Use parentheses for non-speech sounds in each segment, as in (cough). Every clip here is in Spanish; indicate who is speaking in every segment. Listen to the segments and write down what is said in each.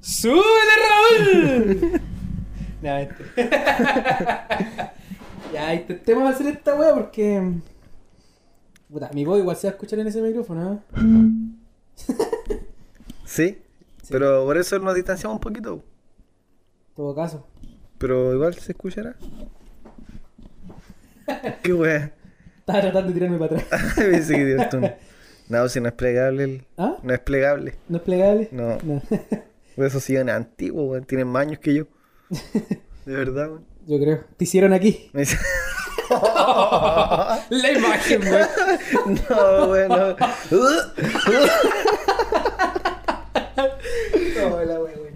Speaker 1: ¡Súbele, Raúl!
Speaker 2: No, este- (laughs) ya, este intentemos hacer esta wea porque. Puta, mi voz igual se va a escuchar en ese micrófono. ¿eh?
Speaker 3: (laughs) Sí, pero por eso nos distanciamos un poquito.
Speaker 2: En todo caso.
Speaker 3: Pero igual se
Speaker 2: (laughs)
Speaker 3: escuchará. Qué wea. (laughs)
Speaker 2: Estaba tratando de tirarme para atrás.
Speaker 3: Dice que divertido. No, si no es plegable. el-
Speaker 2: ¿Ah?
Speaker 3: No es plegable.
Speaker 2: ¿No es plegable?
Speaker 3: No.
Speaker 2: No. (laughs)
Speaker 3: Por eso siguen antiguos, weón. Tienen más años que yo. De verdad, weón.
Speaker 2: Yo creo. Te hicieron aquí. (laughs)
Speaker 3: Me dice-
Speaker 1: (laughs)
Speaker 3: (laughs)
Speaker 1: La imagen, güey.
Speaker 3: No, weón.
Speaker 2: (laughs)
Speaker 3: No.
Speaker 2: Hola, wey, wey.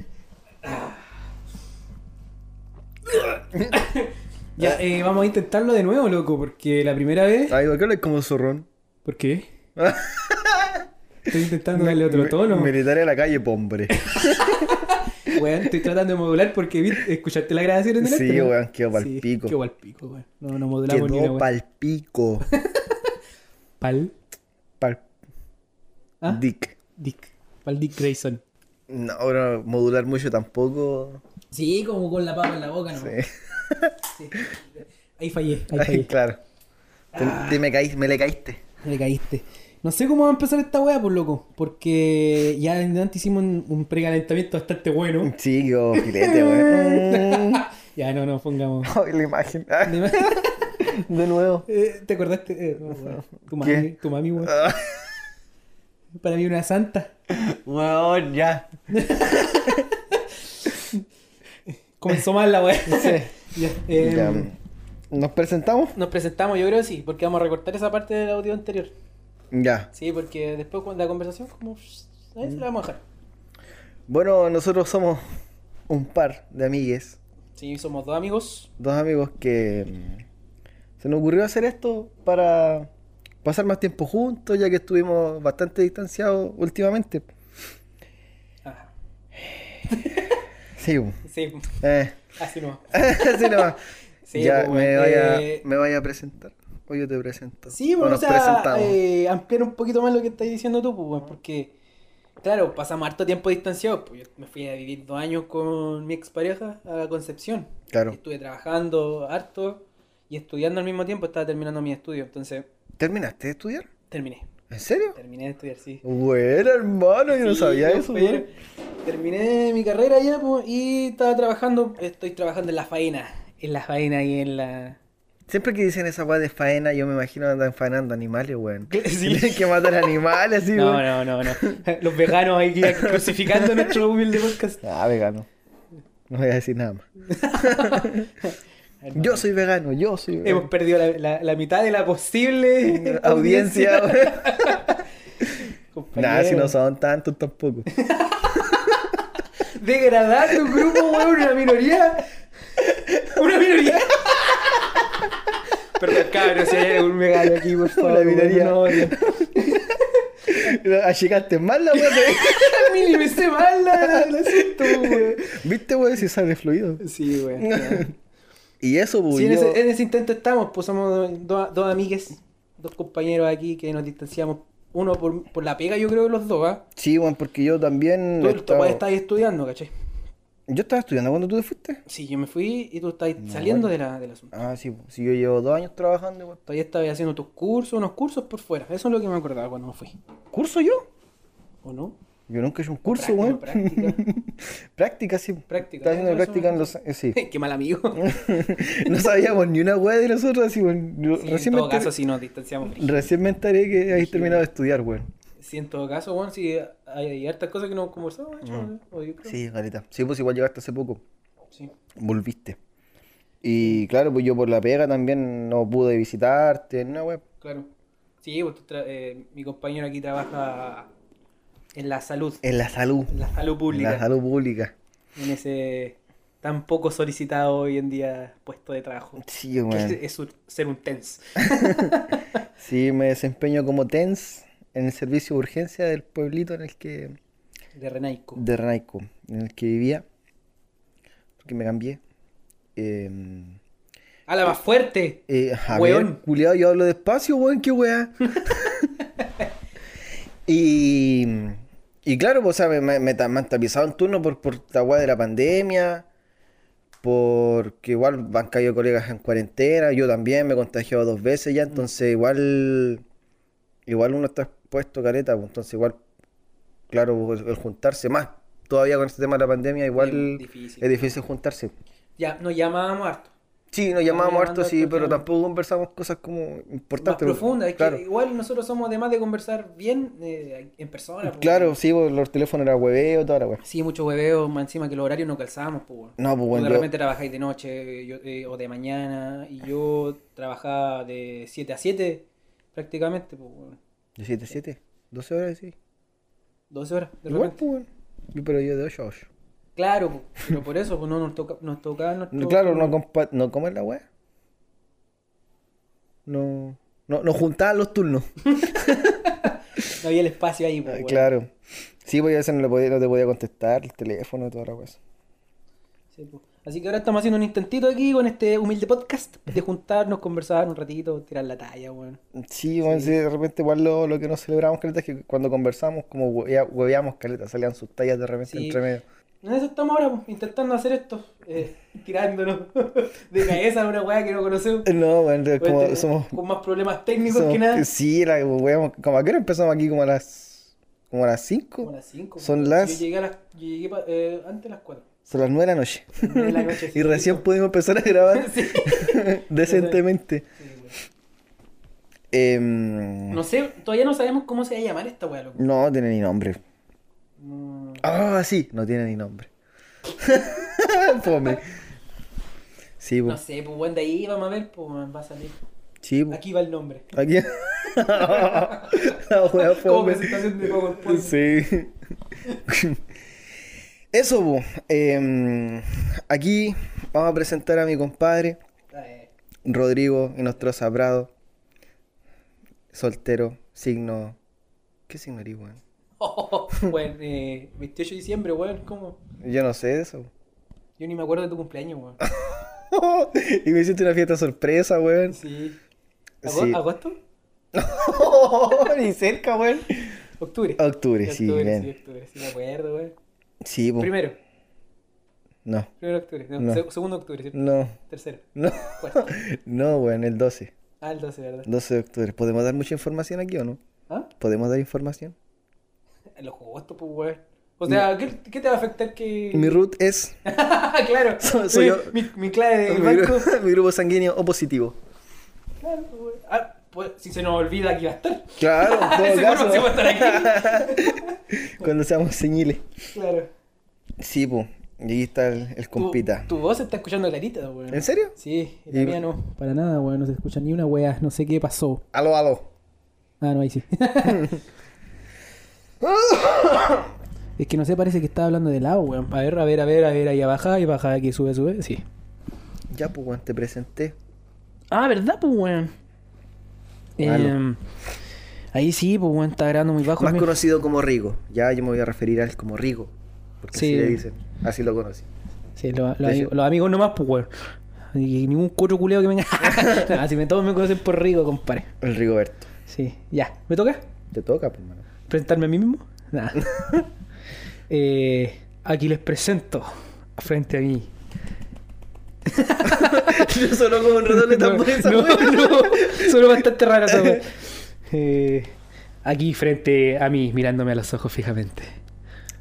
Speaker 1: (coughs)
Speaker 2: ya, eh, vamos a intentarlo de nuevo, loco, porque la primera vez.
Speaker 3: Ay, ¿por qué hablas como zorrón?
Speaker 2: ¿Por qué? Estoy intentando darle
Speaker 1: (laughs)
Speaker 2: otro
Speaker 3: Mi-
Speaker 2: tono.
Speaker 3: Militar a la calle, hombre.
Speaker 2: Weón, estoy tratando de modular porque vi, escuchaste la grabación en directo.
Speaker 3: Sí,
Speaker 2: ¿no?
Speaker 3: weón, quedó pa'l
Speaker 2: Sí,
Speaker 3: pico.
Speaker 2: Quedó pa'l pico, weón. No, no modulamos ni una
Speaker 3: Quedó
Speaker 2: weón.
Speaker 3: pal
Speaker 2: (laughs)
Speaker 3: pico.
Speaker 2: Pal.
Speaker 3: Pal
Speaker 2: ¿Ah?
Speaker 3: dick.
Speaker 2: Dick. Pal Dick Grayson.
Speaker 3: No, ahora modular mucho tampoco.
Speaker 2: Sí, como con la papa en la boca, ¿no?
Speaker 3: Sí.
Speaker 2: Sí. Ahí fallé, ahí
Speaker 3: Ay,
Speaker 2: fallé.
Speaker 3: claro. Te, te me, caí- me le caíste.
Speaker 2: Me caíste. No sé cómo va a empezar esta weá, por loco. Porque ya antes hicimos un, un precalentamiento bastante bueno.
Speaker 3: (laughs) Sí, yo filete, weón.
Speaker 2: (laughs)
Speaker 3: Mm.
Speaker 2: Ya, no, no,
Speaker 3: (laughs)
Speaker 2: pongamos.
Speaker 3: Ay, la imagen. Ah, de nuevo.
Speaker 2: (laughs) Eh, ¿Te acordaste? Eh, no, weón. tu mami,
Speaker 3: ¿Qué?
Speaker 2: tu mami, weón.
Speaker 3: Ah,
Speaker 2: Para mí una santa.
Speaker 3: Weón, ya.
Speaker 2: Comenzó mal la
Speaker 3: (laughs)
Speaker 2: weá. (laughs) Ya, em,
Speaker 3: Ya, ¿Nos presentamos?
Speaker 2: Nos presentamos, yo creo que sí, porque vamos a recortar esa parte del audio anterior.
Speaker 3: Ya.
Speaker 2: Sí, porque después cuando la conversación, como. shh,
Speaker 3: Mm.
Speaker 2: Ahí se la vamos a dejar.
Speaker 3: Bueno, nosotros somos un par de amigues.
Speaker 2: Sí, somos dos amigos.
Speaker 3: dos amigos que mm, se nos ocurrió hacer esto para pasar más tiempo juntos, ya que estuvimos bastante distanciados últimamente.
Speaker 2: Ajá.
Speaker 3: Sí, bu.
Speaker 2: Sí, (laughs)
Speaker 3: eh. (laughs)
Speaker 2: así no.
Speaker 3: sí, no.
Speaker 2: Sí,
Speaker 3: ya
Speaker 2: pues,
Speaker 3: me
Speaker 2: bueno,
Speaker 3: vaya,
Speaker 2: eh,
Speaker 3: me vaya a presentar. O yo te presento.
Speaker 2: Sí,
Speaker 3: O
Speaker 2: bueno, o
Speaker 3: nos
Speaker 2: sea,
Speaker 3: presentamos.
Speaker 2: eh, ampliar un poquito más lo que estás diciendo tú, pues, weón, porque, claro, pasamos harto tiempo distanciados. Pues yo me fui a vivir dos años con mi expareja a la Concepción.
Speaker 3: Claro.
Speaker 2: Estuve trabajando harto y estudiando al mismo tiempo, estaba terminando mi estudio, entonces
Speaker 3: ¿Terminaste de estudiar?
Speaker 2: terminé.
Speaker 3: ¿En serio?
Speaker 2: Terminé de estudiar, sí.
Speaker 3: Bueno, hermano, yo no
Speaker 2: Sí,
Speaker 3: sabía
Speaker 2: pues,
Speaker 3: eso,
Speaker 2: pero
Speaker 3: weón.
Speaker 2: Terminé mi carrera ya pues, y estaba trabajando, estoy trabajando en la faena, en la faena y en la...
Speaker 3: Siempre que dicen esa weá de faena, yo me imagino andan faenando animales, weón.
Speaker 2: ¿Qué? (laughs) Sí.
Speaker 3: (laughs) Tienen que matar animales, sí,
Speaker 2: (laughs) No,
Speaker 3: weón.
Speaker 2: no, no, no. Los veganos ahí ya crucificando nuestro humilde podcast.
Speaker 3: Ah, vegano. No voy a decir nada más. Yo soy vegano, yo soy
Speaker 2: Hemos
Speaker 3: vegano.
Speaker 2: perdido la, la- la mitad de la posible
Speaker 3: (laughs)
Speaker 2: (laughs)
Speaker 3: Audiencia, weón.
Speaker 2: Compañero.
Speaker 3: Nada, si no son tantos
Speaker 2: (laughs)
Speaker 3: tampoco.
Speaker 2: Degradar tu grupo, weón, una minoría.
Speaker 3: (laughs)
Speaker 2: Una minoría. Perdón, cabrón, si hay algún vegano aquí, por favor.
Speaker 3: Una minoría.
Speaker 2: weón, no, no.
Speaker 3: Achicaste mal la weá. te- (laughs)
Speaker 2: (laughs) Mili, me sé mal la- el asunto, weón.
Speaker 3: ¿Viste, weón? Si sale fluido.
Speaker 2: Sí, weón. ya.
Speaker 3: Y eso, pues,
Speaker 2: Sí, en,
Speaker 3: yo-
Speaker 2: ese, en ese intento estamos, pues somos dos, dos, dos amigues, dos compañeros aquí que nos distanciamos. Uno por, por la pega, yo creo, los dos, ¿ah?
Speaker 3: Sí, weón, porque yo también.
Speaker 2: Tú, tú
Speaker 3: estaba-
Speaker 2: pues, estabas estudiando, ¿cachai?
Speaker 3: Yo estaba estudiando cuando tú te fuiste.
Speaker 2: Sí, yo me fui y tú estás
Speaker 3: No,
Speaker 2: saliendo
Speaker 3: bueno.
Speaker 2: de la, del asunto.
Speaker 3: Ah, sí, pues. sí, yo llevo dos años trabajando, weón.
Speaker 2: Todavía estabas haciendo tus cursos, unos cursos por fuera. Eso es lo que me acordaba cuando me fui.
Speaker 3: ¿Curso yo?
Speaker 2: ¿O no?
Speaker 3: Yo nunca he hecho un curso,
Speaker 2: Práctica,
Speaker 3: weón.
Speaker 2: práctica.
Speaker 3: Práctica, sí.
Speaker 2: Práctica,
Speaker 3: Estaba haciendo
Speaker 2: eso,
Speaker 3: práctica en los.
Speaker 2: eso.
Speaker 3: eh, Sí.
Speaker 2: (laughs) Qué mal amigo.
Speaker 3: no sabíamos ni una weá de nosotros, así, weón. Yo
Speaker 2: Sí, en
Speaker 3: recién, me
Speaker 2: todo caso,
Speaker 3: enteré...
Speaker 2: sí nos distanciamos.
Speaker 3: recién me enteré que habéis terminado de estudiar, weón.
Speaker 2: Sí, en todo caso, bueno, sí, hay, hay hartas cosas que no conversamos, de hecho, o yo creo.
Speaker 3: Mm. Sí, Galeta. Sí, pues igual llegaste hace poco.
Speaker 2: Sí.
Speaker 3: volviste. Y claro, pues yo por la pega también no pude visitarte, no, web.
Speaker 2: Claro. Sí, pues, tú tra- eh, mi compañero aquí trabaja en la salud,
Speaker 3: En la salud.
Speaker 2: en la salud
Speaker 3: En
Speaker 2: pública,
Speaker 3: la salud pública.
Speaker 2: en ese tan poco solicitado hoy en día puesto de trabajo.
Speaker 3: Sí,
Speaker 2: que
Speaker 3: weón.
Speaker 2: es, es un- ser un TENS.
Speaker 3: Sí, me desempeño como TENS en el servicio de urgencia del pueblito en el que.
Speaker 2: de Renaico.
Speaker 3: de Renaico, en el que vivía. Porque me cambié. Eh,
Speaker 2: ¡A la más fuerte!
Speaker 3: eh, a ver,
Speaker 2: Weón.
Speaker 3: culiao, yo
Speaker 2: (laughs)
Speaker 3: hablo despacio, weón, qué weá. y. Y claro, pues, o sea, me, me, me ta- me han tapizado en turno por, por la weá de la pandemia, porque igual han caído colegas en cuarentena, yo también me he contagiado dos veces ya,
Speaker 2: Mm.
Speaker 3: entonces igual, igual uno está expuesto careta, pues, entonces igual, claro, pues, el juntarse más todavía con este tema de la pandemia, igual
Speaker 2: difícil.
Speaker 3: es difícil juntarse.
Speaker 2: Ya, nos llamábamos harto.
Speaker 3: Sí, nos llamábamos
Speaker 2: llamando
Speaker 3: harto,
Speaker 2: harto
Speaker 3: sí,
Speaker 2: el
Speaker 3: pero
Speaker 2: tema.
Speaker 3: tampoco conversamos cosas como
Speaker 2: Más
Speaker 3: importantes. porque-
Speaker 2: profunda, es
Speaker 3: claro.
Speaker 2: que igual nosotros somos además de conversar bien eh, en persona. pues,
Speaker 3: Claro,
Speaker 2: weón.
Speaker 3: sí, pues, los teléfonos eran hueveo, toda la wea.
Speaker 2: Sí, muchos hueveos, más encima que los horarios no calzábamos, pues, weón.
Speaker 3: No, pues
Speaker 2: Tú
Speaker 3: bueno,
Speaker 2: de
Speaker 3: yo-
Speaker 2: repente trabajáis de noche yo- eh, o de mañana, y yo trabajaba de 7 a 7 prácticamente, pues, weón.
Speaker 3: de 7 a 7, 12 horas, sí.
Speaker 2: 12 horas de
Speaker 3: Igual,
Speaker 2: repente.
Speaker 3: pues, bueno. Yo- Pero yo de 8 a 8.
Speaker 2: Claro, pues, pero por eso pues, no nos, toca, nos tocaba nuestro-
Speaker 3: Claro, no, compa no comer la weá. No, no, no juntaban los turnos.
Speaker 2: (laughs) no había el espacio ahí, pues,
Speaker 3: Ah,
Speaker 2: weón.
Speaker 3: Claro. Sí, porque a veces no, le podía, no te podía contestar el teléfono y toda la weá.
Speaker 2: Sí, pues. Así que ahora estamos haciendo un intentito aquí con este humilde podcast de juntarnos, conversar un ratito, tirar la talla, weón.
Speaker 3: Sí, bueno, sí, de repente igual lo, lo que no celebramos, caleta, es que cuando conversamos, como huevea- hueveamos, caleta, salían sus tallas de repente
Speaker 2: Sí.
Speaker 3: entre medio.
Speaker 2: En eso estamos ahora, pues, intentando hacer esto, eh, tirándonos (laughs) de cabeza a una weá que no conocemos.
Speaker 3: No, bueno,
Speaker 2: Weón,
Speaker 3: como
Speaker 2: tenemos-
Speaker 3: somos...
Speaker 2: Con más problemas técnicos
Speaker 3: somos-
Speaker 2: que nada.
Speaker 3: Sí, era como, hueveamos- como a qué hora empezamos aquí, como a las... Como a las 5.
Speaker 2: Como a las 5.
Speaker 3: Son las-
Speaker 2: Yo llegué, a las, yo llegué pa- eh, antes de
Speaker 3: (laughs)
Speaker 2: las 4.
Speaker 3: Son las 9 de la noche.
Speaker 2: De la noche.
Speaker 3: Y recién pudimos empezar a grabar
Speaker 2: (laughs) Sí.
Speaker 3: decentemente.
Speaker 2: Sí, weón.
Speaker 3: Em,
Speaker 2: No sé, todavía no sabemos cómo se va a llamar esta weá, loco. Mm,
Speaker 3: no tiene ni nombre.
Speaker 2: No.
Speaker 3: Ah, sí, no tiene ni nombre. (laughs) Fome. Sí, po.
Speaker 2: No sé, pues bueno, de ahí vamos a ver, pues weón, va a salir.
Speaker 3: Sí, po.
Speaker 2: Aquí va
Speaker 3: (laughs)
Speaker 2: el nombre.
Speaker 3: Aquí. La wea
Speaker 2: (laughs) Como
Speaker 3: fome.
Speaker 2: presentación de PowerPoint.
Speaker 3: Sí. (laughs) Eso, po. Em, aquí vamos a presentar a mi compadre,
Speaker 2: (laughs) Eh,
Speaker 3: Rodrigo Inostroza Prado. Soltero, signo. ¿Qué signo eres, weón?
Speaker 2: Oh, bueno, eh, 28 de diciembre, weón, ¿cómo?
Speaker 3: Yo no sé de eso. (laughs)
Speaker 2: Yo ni me acuerdo de tu cumpleaños, weón.
Speaker 3: y me hiciste una fiesta sorpresa, weón.
Speaker 2: Sí. ¿Ago-
Speaker 3: Sí.
Speaker 2: ¿Agosto?
Speaker 3: (laughs) Ni cerca, weón.
Speaker 2: ¿Octubre?
Speaker 3: Octubre, sí,
Speaker 2: octubre,
Speaker 3: bien.
Speaker 2: sí, octubre, sí, me acuerdo, weón.
Speaker 3: Sí, po.
Speaker 2: Primero,
Speaker 3: No,
Speaker 2: primero de octubre, no,
Speaker 3: No.
Speaker 2: seg- segundo de octubre, ¿cierto?
Speaker 3: no,
Speaker 2: Tercero,
Speaker 3: no.
Speaker 2: cuarto.
Speaker 3: No, weón, el 12.
Speaker 2: Ah, el 12, ¿verdad?
Speaker 3: 12 de octubre. ¿Podemos dar mucha información aquí o no?
Speaker 2: ¿Ah?
Speaker 3: ¿Podemos dar información?
Speaker 2: Los agosto, pues, weón. O sea, ¿qué, qué te va a afectar que...?
Speaker 3: Mi root es.
Speaker 2: Ah, (laughs) claro.
Speaker 3: So-
Speaker 2: Sí,
Speaker 3: soy yo.
Speaker 2: Mi, mi clave
Speaker 3: Mi,
Speaker 2: del banco.
Speaker 3: gru- mi grupo (laughs) sanguíneo O positivo.
Speaker 2: Claro, güey. Ah, pues si se nos olvida aquí va a estar.
Speaker 3: Claro, en (laughs)
Speaker 2: (laughs)
Speaker 3: todo
Speaker 2: Ese
Speaker 3: caso,
Speaker 2: caso, se va a estar aquí.
Speaker 3: Cuando seamos señiles.
Speaker 2: Claro.
Speaker 3: Sí, po. Y aquí está el, el
Speaker 2: Tu-
Speaker 3: compita.
Speaker 2: Tu, voz se está escuchando clarita, güey.
Speaker 3: ¿En serio?
Speaker 2: Sí, y
Speaker 3: Y-
Speaker 2: la mía no. Para nada, güey. No se escucha ni una weá. No sé qué pasó.
Speaker 3: Aló, aló.
Speaker 2: Ah, no, ahí
Speaker 3: (laughs)
Speaker 2: sí. es que no sé, parece que está hablando de lado, güey. A ver, a ver, a ver, a ver, ahí baja, y baja, aquí sube, sube, sí.
Speaker 3: Ya, pues, weón, te presenté.
Speaker 2: Ah, ¿verdad, pues, weón?
Speaker 3: Malo.
Speaker 2: Em, ahí sí, pues, weón, está grabando muy bajo.
Speaker 3: Más
Speaker 2: el mío.
Speaker 3: conocido como Rigo. Ya yo me voy a referir a él como Rigo. Porque así
Speaker 2: Sí.
Speaker 3: le dicen. Así lo conocí.
Speaker 2: Sí, lo- lo
Speaker 3: De
Speaker 2: ami-
Speaker 3: hecho-
Speaker 2: los amigos nomás, pues, weón. Y ningún cuatro culeo que venga. (laughs) Nah, si me todos me conocen por rico, compadre.
Speaker 3: El Rigoberto.
Speaker 2: Sí, ya. ¿Me toca?
Speaker 3: Te toca, pues, mano.
Speaker 2: ¿Presentarme a mí mismo? Nada. Eh, aquí les presento, frente a mí.
Speaker 3: (laughs) Yo solo como un (laughs) ratón de
Speaker 2: (laughs) No,
Speaker 3: tambor esa
Speaker 2: no,
Speaker 3: wea. (laughs)
Speaker 2: no. Solo bastante raro esa wea. Eh, Aquí frente a mí, mirándome a los ojos fijamente.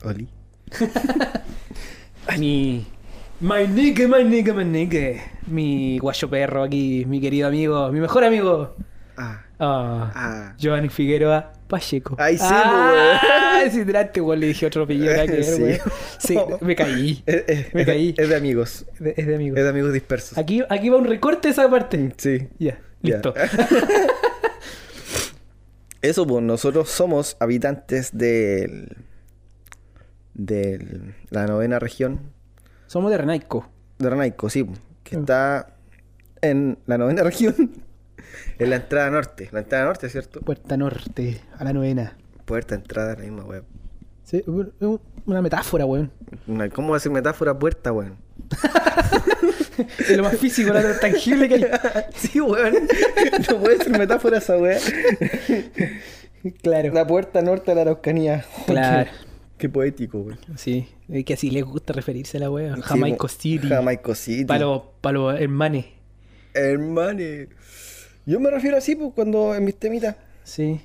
Speaker 3: Oli.
Speaker 2: Mi. My nigga, my nigga, my nigga. Mi guayo perro aquí, mi querido amigo, mi mejor amigo.
Speaker 3: Ah,
Speaker 2: Ah.
Speaker 3: ah.
Speaker 2: Giovanni Figueroa Pacheco.
Speaker 3: Ay, sí, pues,
Speaker 2: ah, (laughs) ese traste, weón, le dije otro apellido nada que ver,
Speaker 3: Sí.
Speaker 2: weón.
Speaker 3: (laughs)
Speaker 2: Sí, me caí.
Speaker 3: Eh, eh,
Speaker 2: Me
Speaker 3: es,
Speaker 2: caí.
Speaker 3: de, es de amigos.
Speaker 2: De- Es de amigo.
Speaker 3: Es de amigos dispersos.
Speaker 2: Aquí, aquí va un recorte esa parte.
Speaker 3: Sí.
Speaker 2: Ya,
Speaker 3: ya. (laughs)
Speaker 2: listo.
Speaker 3: Eso, pues, nosotros somos habitantes del. de la novena región
Speaker 2: Somos de Renaico.
Speaker 3: de Ranaico, sí, pues,
Speaker 2: Mm.
Speaker 3: que está en la novena (laughs) región, en la entrada norte. La entrada norte, ¿cierto?
Speaker 2: Puerta Norte, a la novena.
Speaker 3: Puerta, entrada, la misma web.
Speaker 2: Sí, es un- una metáfora, weón.
Speaker 3: No, ¿Cómo va a ser metáfora puerta,
Speaker 2: (laughs)
Speaker 3: weón?
Speaker 2: Es lo más físico, lo tangible
Speaker 3: (laughs)
Speaker 2: que hay.
Speaker 3: Sí, weón. (laughs) No puede ser metáfora esa weá.
Speaker 2: Claro.
Speaker 3: La puerta norte de la Araucanía.
Speaker 2: Claro.
Speaker 3: Qué poético, güey.
Speaker 2: Sí, es que así les gusta referirse a la wea.
Speaker 3: Sí,
Speaker 2: Jamaica
Speaker 3: po.
Speaker 2: City.
Speaker 3: Jamaica City.
Speaker 2: Para los pa los hermanes.
Speaker 3: Hermane. Yo me refiero así, pues, cuando en mis temitas.
Speaker 2: Sí.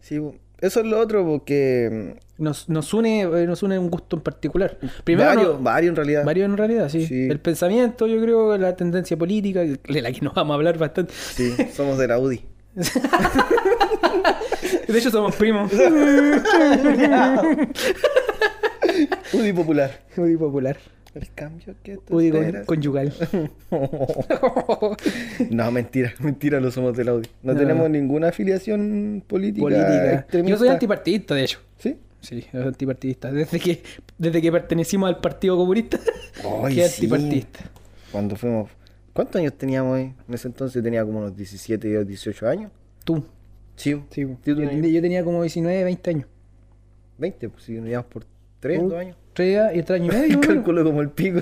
Speaker 3: Sí, pues. mm, Eso es lo otro, porque.
Speaker 2: Nos, nos une eh, nos une un gusto en particular.
Speaker 3: mm,
Speaker 2: Primero,
Speaker 3: varios,
Speaker 2: no-
Speaker 3: varios en realidad.
Speaker 2: varios en realidad, sí.
Speaker 3: Sí.
Speaker 2: El pensamiento, yo creo, la tendencia política, de la que nos vamos a hablar bastante.
Speaker 3: Sí, somos de la UDI.
Speaker 2: De hecho, somos primos.
Speaker 3: (laughs) UDI popular.
Speaker 2: (laughs) UDI popular.
Speaker 3: El cambio que tú
Speaker 2: UDI con-
Speaker 3: esperas.
Speaker 2: conyugal.
Speaker 3: (laughs) No, mentira, mentira, no somos del Audi. No,
Speaker 2: No.
Speaker 3: tenemos ninguna afiliación política.
Speaker 2: política. Yo soy
Speaker 3: extremista.
Speaker 2: antipartidista, de hecho.
Speaker 3: ¿Sí?
Speaker 2: Sí, soy antipartidista. Desde que, desde que pertenecimos al Partido Comunista, (laughs)
Speaker 3: Ay,
Speaker 2: que
Speaker 3: sí.
Speaker 2: antipartidista.
Speaker 3: Cuando fuimos. ¿Cuántos años teníamos ahí? En ese entonces tenía como unos 17 o 18 años.
Speaker 2: Tú.
Speaker 3: Sí,
Speaker 2: Sí, po.
Speaker 3: Yo
Speaker 2: yo,
Speaker 3: tenía-
Speaker 2: yo tenía como 19, 20 años.
Speaker 3: 20, pues si nos llevamos por 3,
Speaker 2: Uh,
Speaker 3: 2 años.
Speaker 2: Tres a- y
Speaker 3: (laughs)
Speaker 2: tres años y medio, más o menos.
Speaker 3: Calculo como el
Speaker 2: (laughs)
Speaker 3: pico.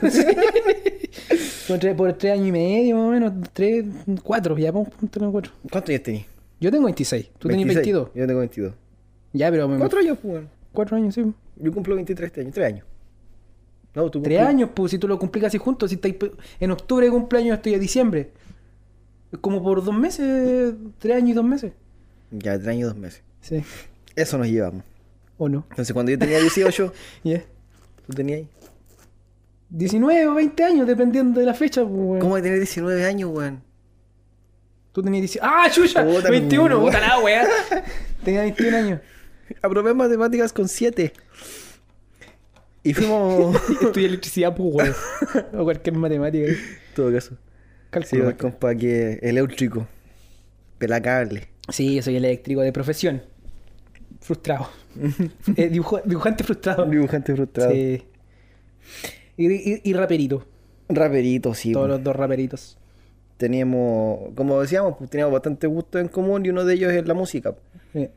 Speaker 2: Por tres, por tres años y medio, más o menos. Tres, cuatro, ya pon- ponte cuatro.
Speaker 3: ¿Cuántos años tenías?
Speaker 2: Yo tengo 26, tú tenías 22.
Speaker 3: Yo tengo 22.
Speaker 2: Ya, pero... me-
Speaker 3: 4 años, pues, bueno.
Speaker 2: cuatro años, sí.
Speaker 3: Yo cumplo 23 este año, 3 años. No, tú
Speaker 2: Tres
Speaker 3: cumplís-
Speaker 2: años, pues, si tú lo cumplís casi juntos. Si estáis pe- en octubre de cumpleaños, estoy a diciembre. Como por dos meses, tres años y dos meses.
Speaker 3: Ya, 3 años y 2 meses.
Speaker 2: Sí.
Speaker 3: Eso nos llevamos.
Speaker 2: ¿O no?
Speaker 3: Entonces, cuando yo
Speaker 2: (laughs)
Speaker 3: tenía 18,
Speaker 2: Ya.
Speaker 3: tú tenías ahí.
Speaker 2: 19 o 20 años, dependiendo de la fecha, pues, weón.
Speaker 3: ¿Cómo de tener 19 años, weón?
Speaker 2: Tú tenías 18. ¡Ah, chucha!
Speaker 3: Puta,
Speaker 2: 21,
Speaker 3: weón.
Speaker 2: puta la
Speaker 3: (laughs)
Speaker 2: weá. Tenía 21 años.
Speaker 3: Aprobé matemáticas con 7. Y
Speaker 2: (laughs)
Speaker 3: fuimos.
Speaker 2: Estudié electricidad, pues, weón. O cualquier matemática. eh.
Speaker 3: todo caso. Sí,
Speaker 2: Cálculo.
Speaker 3: el
Speaker 2: weón.
Speaker 3: compa que eléctrico. Pelacable.
Speaker 2: Sí, yo soy eléctrico de profesión.
Speaker 3: (laughs)
Speaker 2: Frustrado. Eh, dibujo- dibujante frustrado.
Speaker 3: Un dibujante frustrado.
Speaker 2: Ah. Sí. Y, y- y raperito.
Speaker 3: Raperito, sí.
Speaker 2: Todos
Speaker 3: po.
Speaker 2: los dos raperitos.
Speaker 3: Teníamos, como decíamos, pues, teníamos bastante gusto en común y uno de ellos es la música.
Speaker 2: Eh,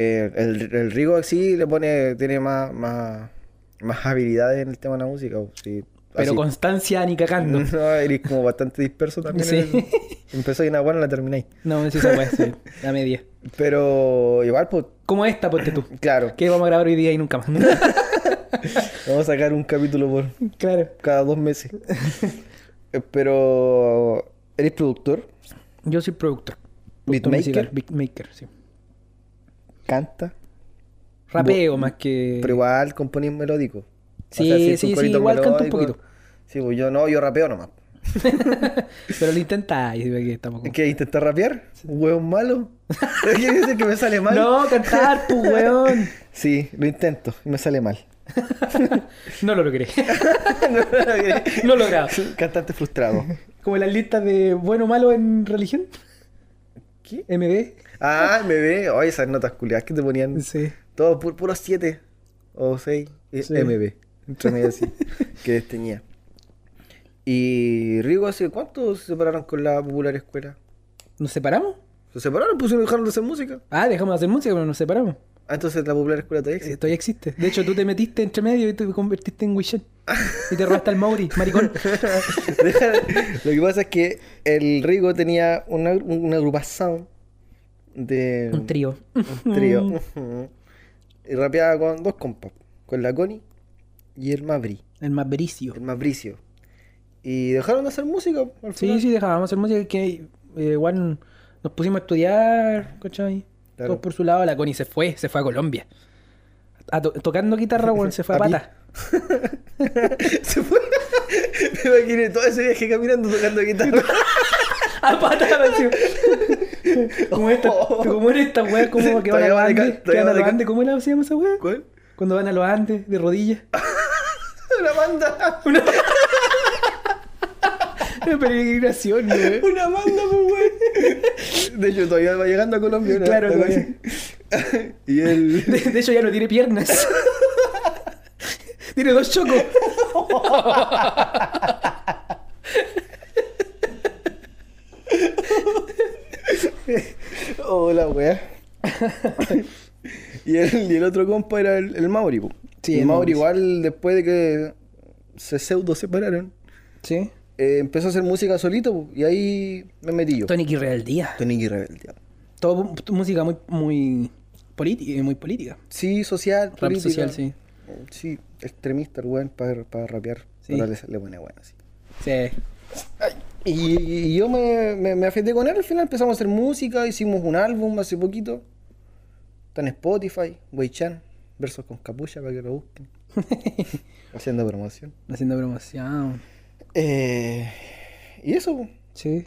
Speaker 3: Eh, el, el Rigo sí le pone, tiene más, más, más habilidades en el tema de la música. po, sí.
Speaker 2: Pero
Speaker 3: Así. Mm.
Speaker 2: constancia ni cagando.
Speaker 3: (laughs) No, eres como bastante disperso también.
Speaker 2: Sí.
Speaker 3: Empezó y una buena la termináis.
Speaker 2: No, no sé si se puede hacer. La media.
Speaker 3: Pero igual, pues,
Speaker 2: Como esta, ponte tú.
Speaker 3: claro.
Speaker 2: Que vamos a grabar hoy día
Speaker 3: (laughs)
Speaker 2: y nunca más.
Speaker 3: Vamos a sacar un capítulo por
Speaker 2: claro.
Speaker 3: cada dos
Speaker 2: (laughs)
Speaker 3: meses. Eh, Pero eres productor,
Speaker 2: Yo soy productor. Productor musical,
Speaker 3: beatmaker,
Speaker 2: Beatmaker, sí.
Speaker 3: canta,
Speaker 2: Rapeo más que.
Speaker 3: pero igual componís melódico. O
Speaker 2: Sí,
Speaker 3: haces
Speaker 2: sí,
Speaker 3: un
Speaker 2: sí,
Speaker 3: corito
Speaker 2: igual canto un
Speaker 3: melódico.
Speaker 2: poquito.
Speaker 3: Sí, pues yo no, yo rapeo nomás.
Speaker 2: Pero lo intentáis, digo que estamos con-
Speaker 3: ¿Qué? ¿Intentar rapear? ¿Un hueón
Speaker 2: (laughs)
Speaker 3: malo? ¿Qué dices que me sale mal?
Speaker 2: No, cantar, pues, weón.
Speaker 3: Sí, lo intento y me sale mal.
Speaker 2: No lo logré. No (laughs) lo lograba.
Speaker 3: Cantante frustrado.
Speaker 2: Como las listas de bueno o malo en religión.
Speaker 3: ¿Qué?
Speaker 2: MB.
Speaker 3: Ah, me ve. Oye, esas notas culiadas que te ponían.
Speaker 2: Sí.
Speaker 3: Todo pu- puros 7 o 6
Speaker 2: Sí.
Speaker 3: MB. Entre medio así. que les tenía. Y Rigo, ¿hace cuánto se separaron con la popular escuela?
Speaker 2: ¿Nos separamos?
Speaker 3: ¿Se separaron? Pusieron dejaron de hacer música.
Speaker 2: Ah, dejamos de hacer música, pero nos separamos.
Speaker 3: Ah, entonces la popular escuela todavía
Speaker 2: (laughs)
Speaker 3: existe.
Speaker 2: Todavía existe. De hecho, tú te metiste entre medio y te convertiste en Wishen. Y te robaste al Mauri, maricón.
Speaker 3: (laughs) Deja- Lo que pasa es que el Rigo tenía una, una agrupación de.
Speaker 2: Un trío.
Speaker 3: un trío.
Speaker 2: (laughs)
Speaker 3: (laughs) Ujú. y rapeaba con dos compas: con la Connie y el Mavri.
Speaker 2: El más bericio.
Speaker 3: El Mabricio. Y dejaron de hacer música al final.
Speaker 2: Sí, sí, dejábamos hacer música que eh, igual nos pusimos a estudiar, ¿cachai?
Speaker 3: Claro.
Speaker 2: Todos por su lado, la Connie se fue, se fue a Colombia. A to- tocando guitarra, weón, se fue a
Speaker 3: A pi-
Speaker 2: pata.
Speaker 3: (laughs) Se fue. (laughs) Me imaginé todo ese viaje caminando tocando guitarra. Ah,
Speaker 2: A pata, me decía. (laughs) Como esta, como era esta weá, como que van a
Speaker 3: Oh. Todavía
Speaker 2: los
Speaker 3: va de ca-
Speaker 2: Andes, que
Speaker 3: todavía
Speaker 2: van a
Speaker 3: va de
Speaker 2: los
Speaker 3: ca-
Speaker 2: Andes, ¿cómo era se llama esa weá?
Speaker 3: ¿Cuál?
Speaker 2: Cuando van a los Andes,
Speaker 3: (laughs)
Speaker 2: de rodillas. (laughs)
Speaker 3: Una banda.
Speaker 2: Pero Peregrinación, weón.
Speaker 3: Una banda, pues, güey. De hecho, todavía va llegando a Colombia. ¿no?
Speaker 2: Claro,
Speaker 3: Algo
Speaker 2: todavía.
Speaker 3: así. (laughs) Y
Speaker 2: (laughs)
Speaker 3: él.
Speaker 2: De, de hecho, ya no tiene piernas. (laughs) tiene dos chocos.
Speaker 3: Hola, wea. (laughs) y, el, y el otro compa era el, el Mauri, po.
Speaker 2: Sí,
Speaker 3: el
Speaker 2: el
Speaker 3: Mauri,
Speaker 2: Mauri.
Speaker 3: igual, después de que se pseudo separaron,
Speaker 2: Sí.
Speaker 3: eh, empezó a hacer música solito, po, y ahí me metí yo.
Speaker 2: Tony Guirrealdía.
Speaker 3: Tony Guerrero, el diablo.
Speaker 2: Todo mu- música muy, muy política, muy política.
Speaker 3: Sí, social,
Speaker 2: Rap
Speaker 3: política.
Speaker 2: social, sí.
Speaker 3: Sí, extremista el weón para, para rapear.
Speaker 2: Sí.
Speaker 3: Ahora le, le pone bueno, sí.
Speaker 2: Sí.
Speaker 3: Y, y yo me, me, me afecté con él, al final empezamos a hacer música, hicimos un álbum hace poquito. Está en Spotify, Weichan, versos con capucha para que lo
Speaker 2: (laughs)
Speaker 3: busquen. Haciendo promoción.
Speaker 2: Haciendo promoción.
Speaker 3: Eh, y eso, po.
Speaker 2: Sí.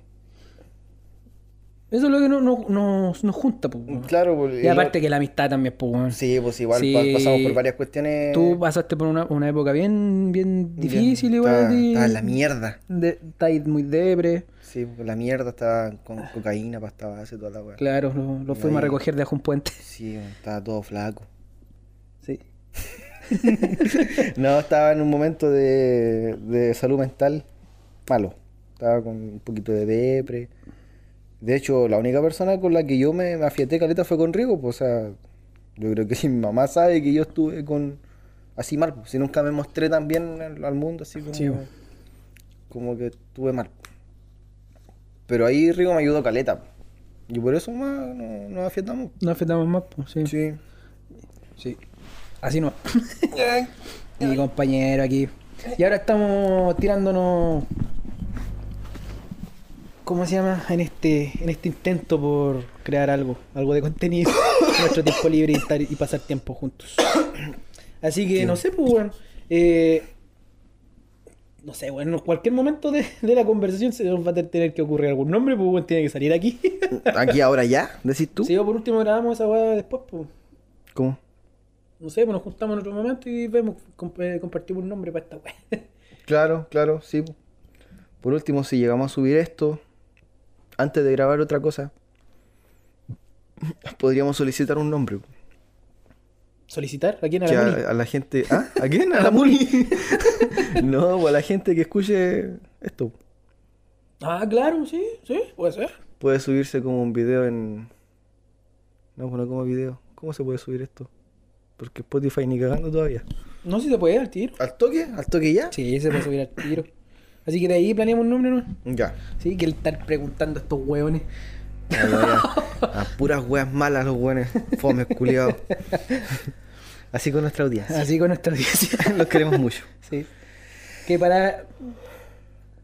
Speaker 2: Eso es lo que no, no- nos- nos junta, pues. weón.
Speaker 3: claro. po,
Speaker 2: Y
Speaker 3: el-
Speaker 2: aparte que la amistad también, pues, weón.
Speaker 3: Sí, pues igual
Speaker 2: Sí.
Speaker 3: pa- pasamos por varias cuestiones.
Speaker 2: Tú pasaste por una, una época bien, bien difícil, igual.
Speaker 3: Estaba,
Speaker 2: de-
Speaker 3: estaba en la mierda.
Speaker 2: de- Está ahí muy debre.
Speaker 3: Sí, pues, la mierda estaba con cocaína, pasta base, toda la weá.
Speaker 2: Claro, lo, lo fuimos a recoger de abajo un puente.
Speaker 3: Sí, bueno, estaba todo flaco.
Speaker 2: Sí.
Speaker 3: No, estaba en un momento de, de salud mental malo. Estaba con un poquito de depre. De hecho, la única persona con la que yo me, me afiaté caleta fue con Rigo. Pues, o sea, yo creo que (laughs) si mi mamá sabe que yo estuve con así mal, pues, si nunca me mostré tan bien al, al mundo, así como,
Speaker 2: Sí, pues. po.
Speaker 3: como que estuve mal. Pero ahí Rigo me ayudó caleta. po. Y por eso más no- nos afiatamos.
Speaker 2: Nos afectamos más, pues, sí.
Speaker 3: Sí.
Speaker 2: Sí. Así no. Mi compañero aquí. Y ahora estamos tirándonos. ¿Cómo se llama? En este, en este intento por crear algo, algo de contenido, en nuestro tiempo libre y, estar- y pasar tiempo juntos. Así que no sé, pues, weón. eh, no sé, bueno, en cualquier momento de, de la conversación se nos va a tener que ocurrir algún nombre, pues, weón, tiene que salir aquí.
Speaker 3: Aquí ahora ya, decís
Speaker 2: (laughs)
Speaker 3: tú.
Speaker 2: Si yo por último grabamos esa weá después, pues.
Speaker 3: ¿Cómo?
Speaker 2: No sé, pues nos juntamos en otro momento y vemos, comp- eh, compartimos un nombre para esta wea.
Speaker 3: Claro, claro, sí. po. Por último, si llegamos a subir esto, antes de grabar otra cosa, (laughs) podríamos solicitar un nombre. po.
Speaker 2: (laughs) ¿Solicitar? ¿A quién? ¿A
Speaker 3: Que
Speaker 2: la Moni?
Speaker 3: a, a la gente. ¿Ah? ¿A quién? (laughs) ¿A la Muni? no, po, a la gente que escuche esto. po.
Speaker 2: Ah, claro, sí, sí, puede ser.
Speaker 3: Puede subirse como un video en. No, pues no como video. ¿Cómo se puede subir esto? Porque Spotify ni cagando todavía.
Speaker 2: No sé si se puede al tiro.
Speaker 3: ¿Al toque? ¿Al toque ya?
Speaker 2: Sí, se puede subir al tiro. Así que de ahí planeamos un nombre, ¿no?
Speaker 3: Ya.
Speaker 2: Sí, que el estar preguntando a estos hueones.
Speaker 3: A, (laughs) a- a puras weas malas los weones. Fomes, culiados. Así con nuestra audiencia.
Speaker 2: Así con nuestra audiencia.
Speaker 3: (laughs)
Speaker 2: (laughs)
Speaker 3: Los queremos mucho.
Speaker 2: sí. Que para.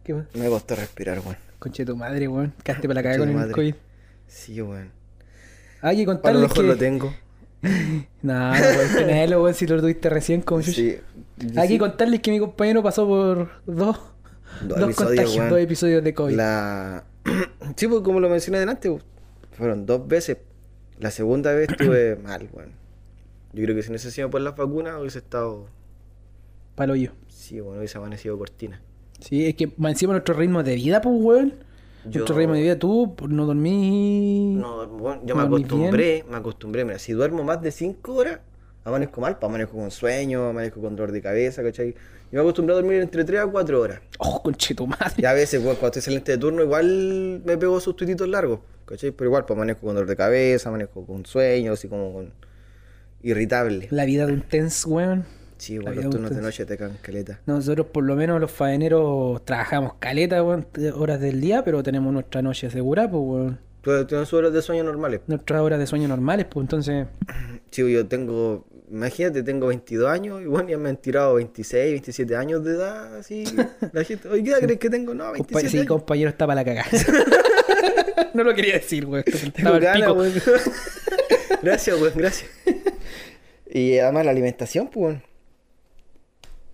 Speaker 2: ¿Qué más?
Speaker 3: Me costó respirar, weón.
Speaker 2: Conche tu madre, weón. Caste para la cagada
Speaker 3: Conche
Speaker 2: con
Speaker 3: tu
Speaker 2: el
Speaker 3: madre.
Speaker 2: COVID. Ah,
Speaker 3: Sí, weón.
Speaker 2: Hay que
Speaker 3: Para
Speaker 2: contarles
Speaker 3: los ojos
Speaker 2: que...
Speaker 3: lo tengo.
Speaker 2: No, no puedes tenerlo, weón, si lo tuviste recién como yo.
Speaker 3: Sí.
Speaker 2: Hay que contarles que mi compañero pasó por dos, dos,
Speaker 3: episodios,
Speaker 2: contagios,
Speaker 3: weón.
Speaker 2: dos episodios de COVID.
Speaker 3: La... (clears throat) Sí, pues como lo mencioné delante, pues, fueron dos veces. La segunda (clears throat) vez estuve mal, weón. Yo creo que si no hubiese sido por las vacunas hubiese estado...
Speaker 2: Palo yo.
Speaker 3: Sí, bueno, hubiese amanecido cortina.
Speaker 2: Sí, es que más encima nuestro ritmo de vida, pues, weón. Nuestro
Speaker 3: Yo-
Speaker 2: ritmo de vida, tú pues, no dormí.
Speaker 3: No, bueno, yo me
Speaker 2: ¿Dormís
Speaker 3: acostumbré, me acostumbré. Mira, si duermo más de 5 horas, amanezco mal, pues amanezco con sueño, amanezco con dolor de cabeza, ¿cachai? Yo me acostumbré a dormir entre 3 a 4 horas.
Speaker 2: Oh, conchetumadre.
Speaker 3: Y a veces, pues, cuando estoy saliente de turno, igual me pego sus tuititos largos, ¿cachai? Pero igual, pues amanezco con dolor de cabeza, amanezco con sueño, así como con. irritable.
Speaker 2: La vida de un tense, weón.
Speaker 3: Sí,
Speaker 2: La
Speaker 3: bueno,
Speaker 2: vida
Speaker 3: los
Speaker 2: de
Speaker 3: turnos de
Speaker 2: ustedes.
Speaker 3: noche te caen caleta.
Speaker 2: Nosotros, por lo menos, los faeneros trabajamos caleta, weón, t- horas del día, pero tenemos nuestra noche segura, pues, weón.
Speaker 3: Tú tienes horas de sueño normales.
Speaker 2: Nuestras horas de sueño normales, pues, entonces.
Speaker 3: Sí, yo tengo. Imagínate, tengo 22 años y bueno, ya me han tirado 26, 27 años de edad, (laughs) así. La gente, oye, ¿qué edad crees que tengo? No,
Speaker 2: compa-
Speaker 3: 27
Speaker 2: sí,
Speaker 3: años.
Speaker 2: compañero, está para la cagada. (laughs) no lo quería decir, weón. (laughs)
Speaker 3: Tengo
Speaker 2: Estaba al
Speaker 3: ganas,
Speaker 2: pico.
Speaker 3: weón. gracias, weón, (laughs) gracias. Y además la alimentación, pues, weón.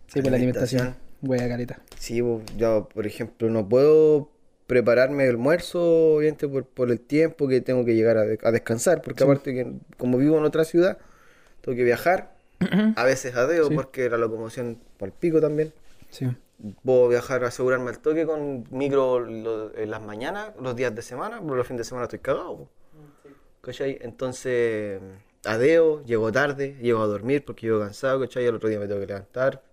Speaker 2: Sí, por la alimentación.
Speaker 3: Alimentación.
Speaker 2: Wea, caleta.
Speaker 3: Sí, bo, yo, por ejemplo, no puedo prepararme el almuerzo, obviamente, por, por el tiempo que tengo que llegar a, de- a descansar, porque aparte que como vivo en otra ciudad, tengo que (clears throat) viajar, a veces a dedo,
Speaker 2: Sí.
Speaker 3: porque la locomoción por el pico también.
Speaker 2: Sí.
Speaker 3: Puedo viajar, asegurarme al toque con micro lo- en las mañanas, los días de semana, pero los fines de semana estoy cagado. po. ¿Cachai? Entonces, adeo, llego tarde, llego a dormir porque llego cansado, ¿cachai? El otro día me tengo que levantar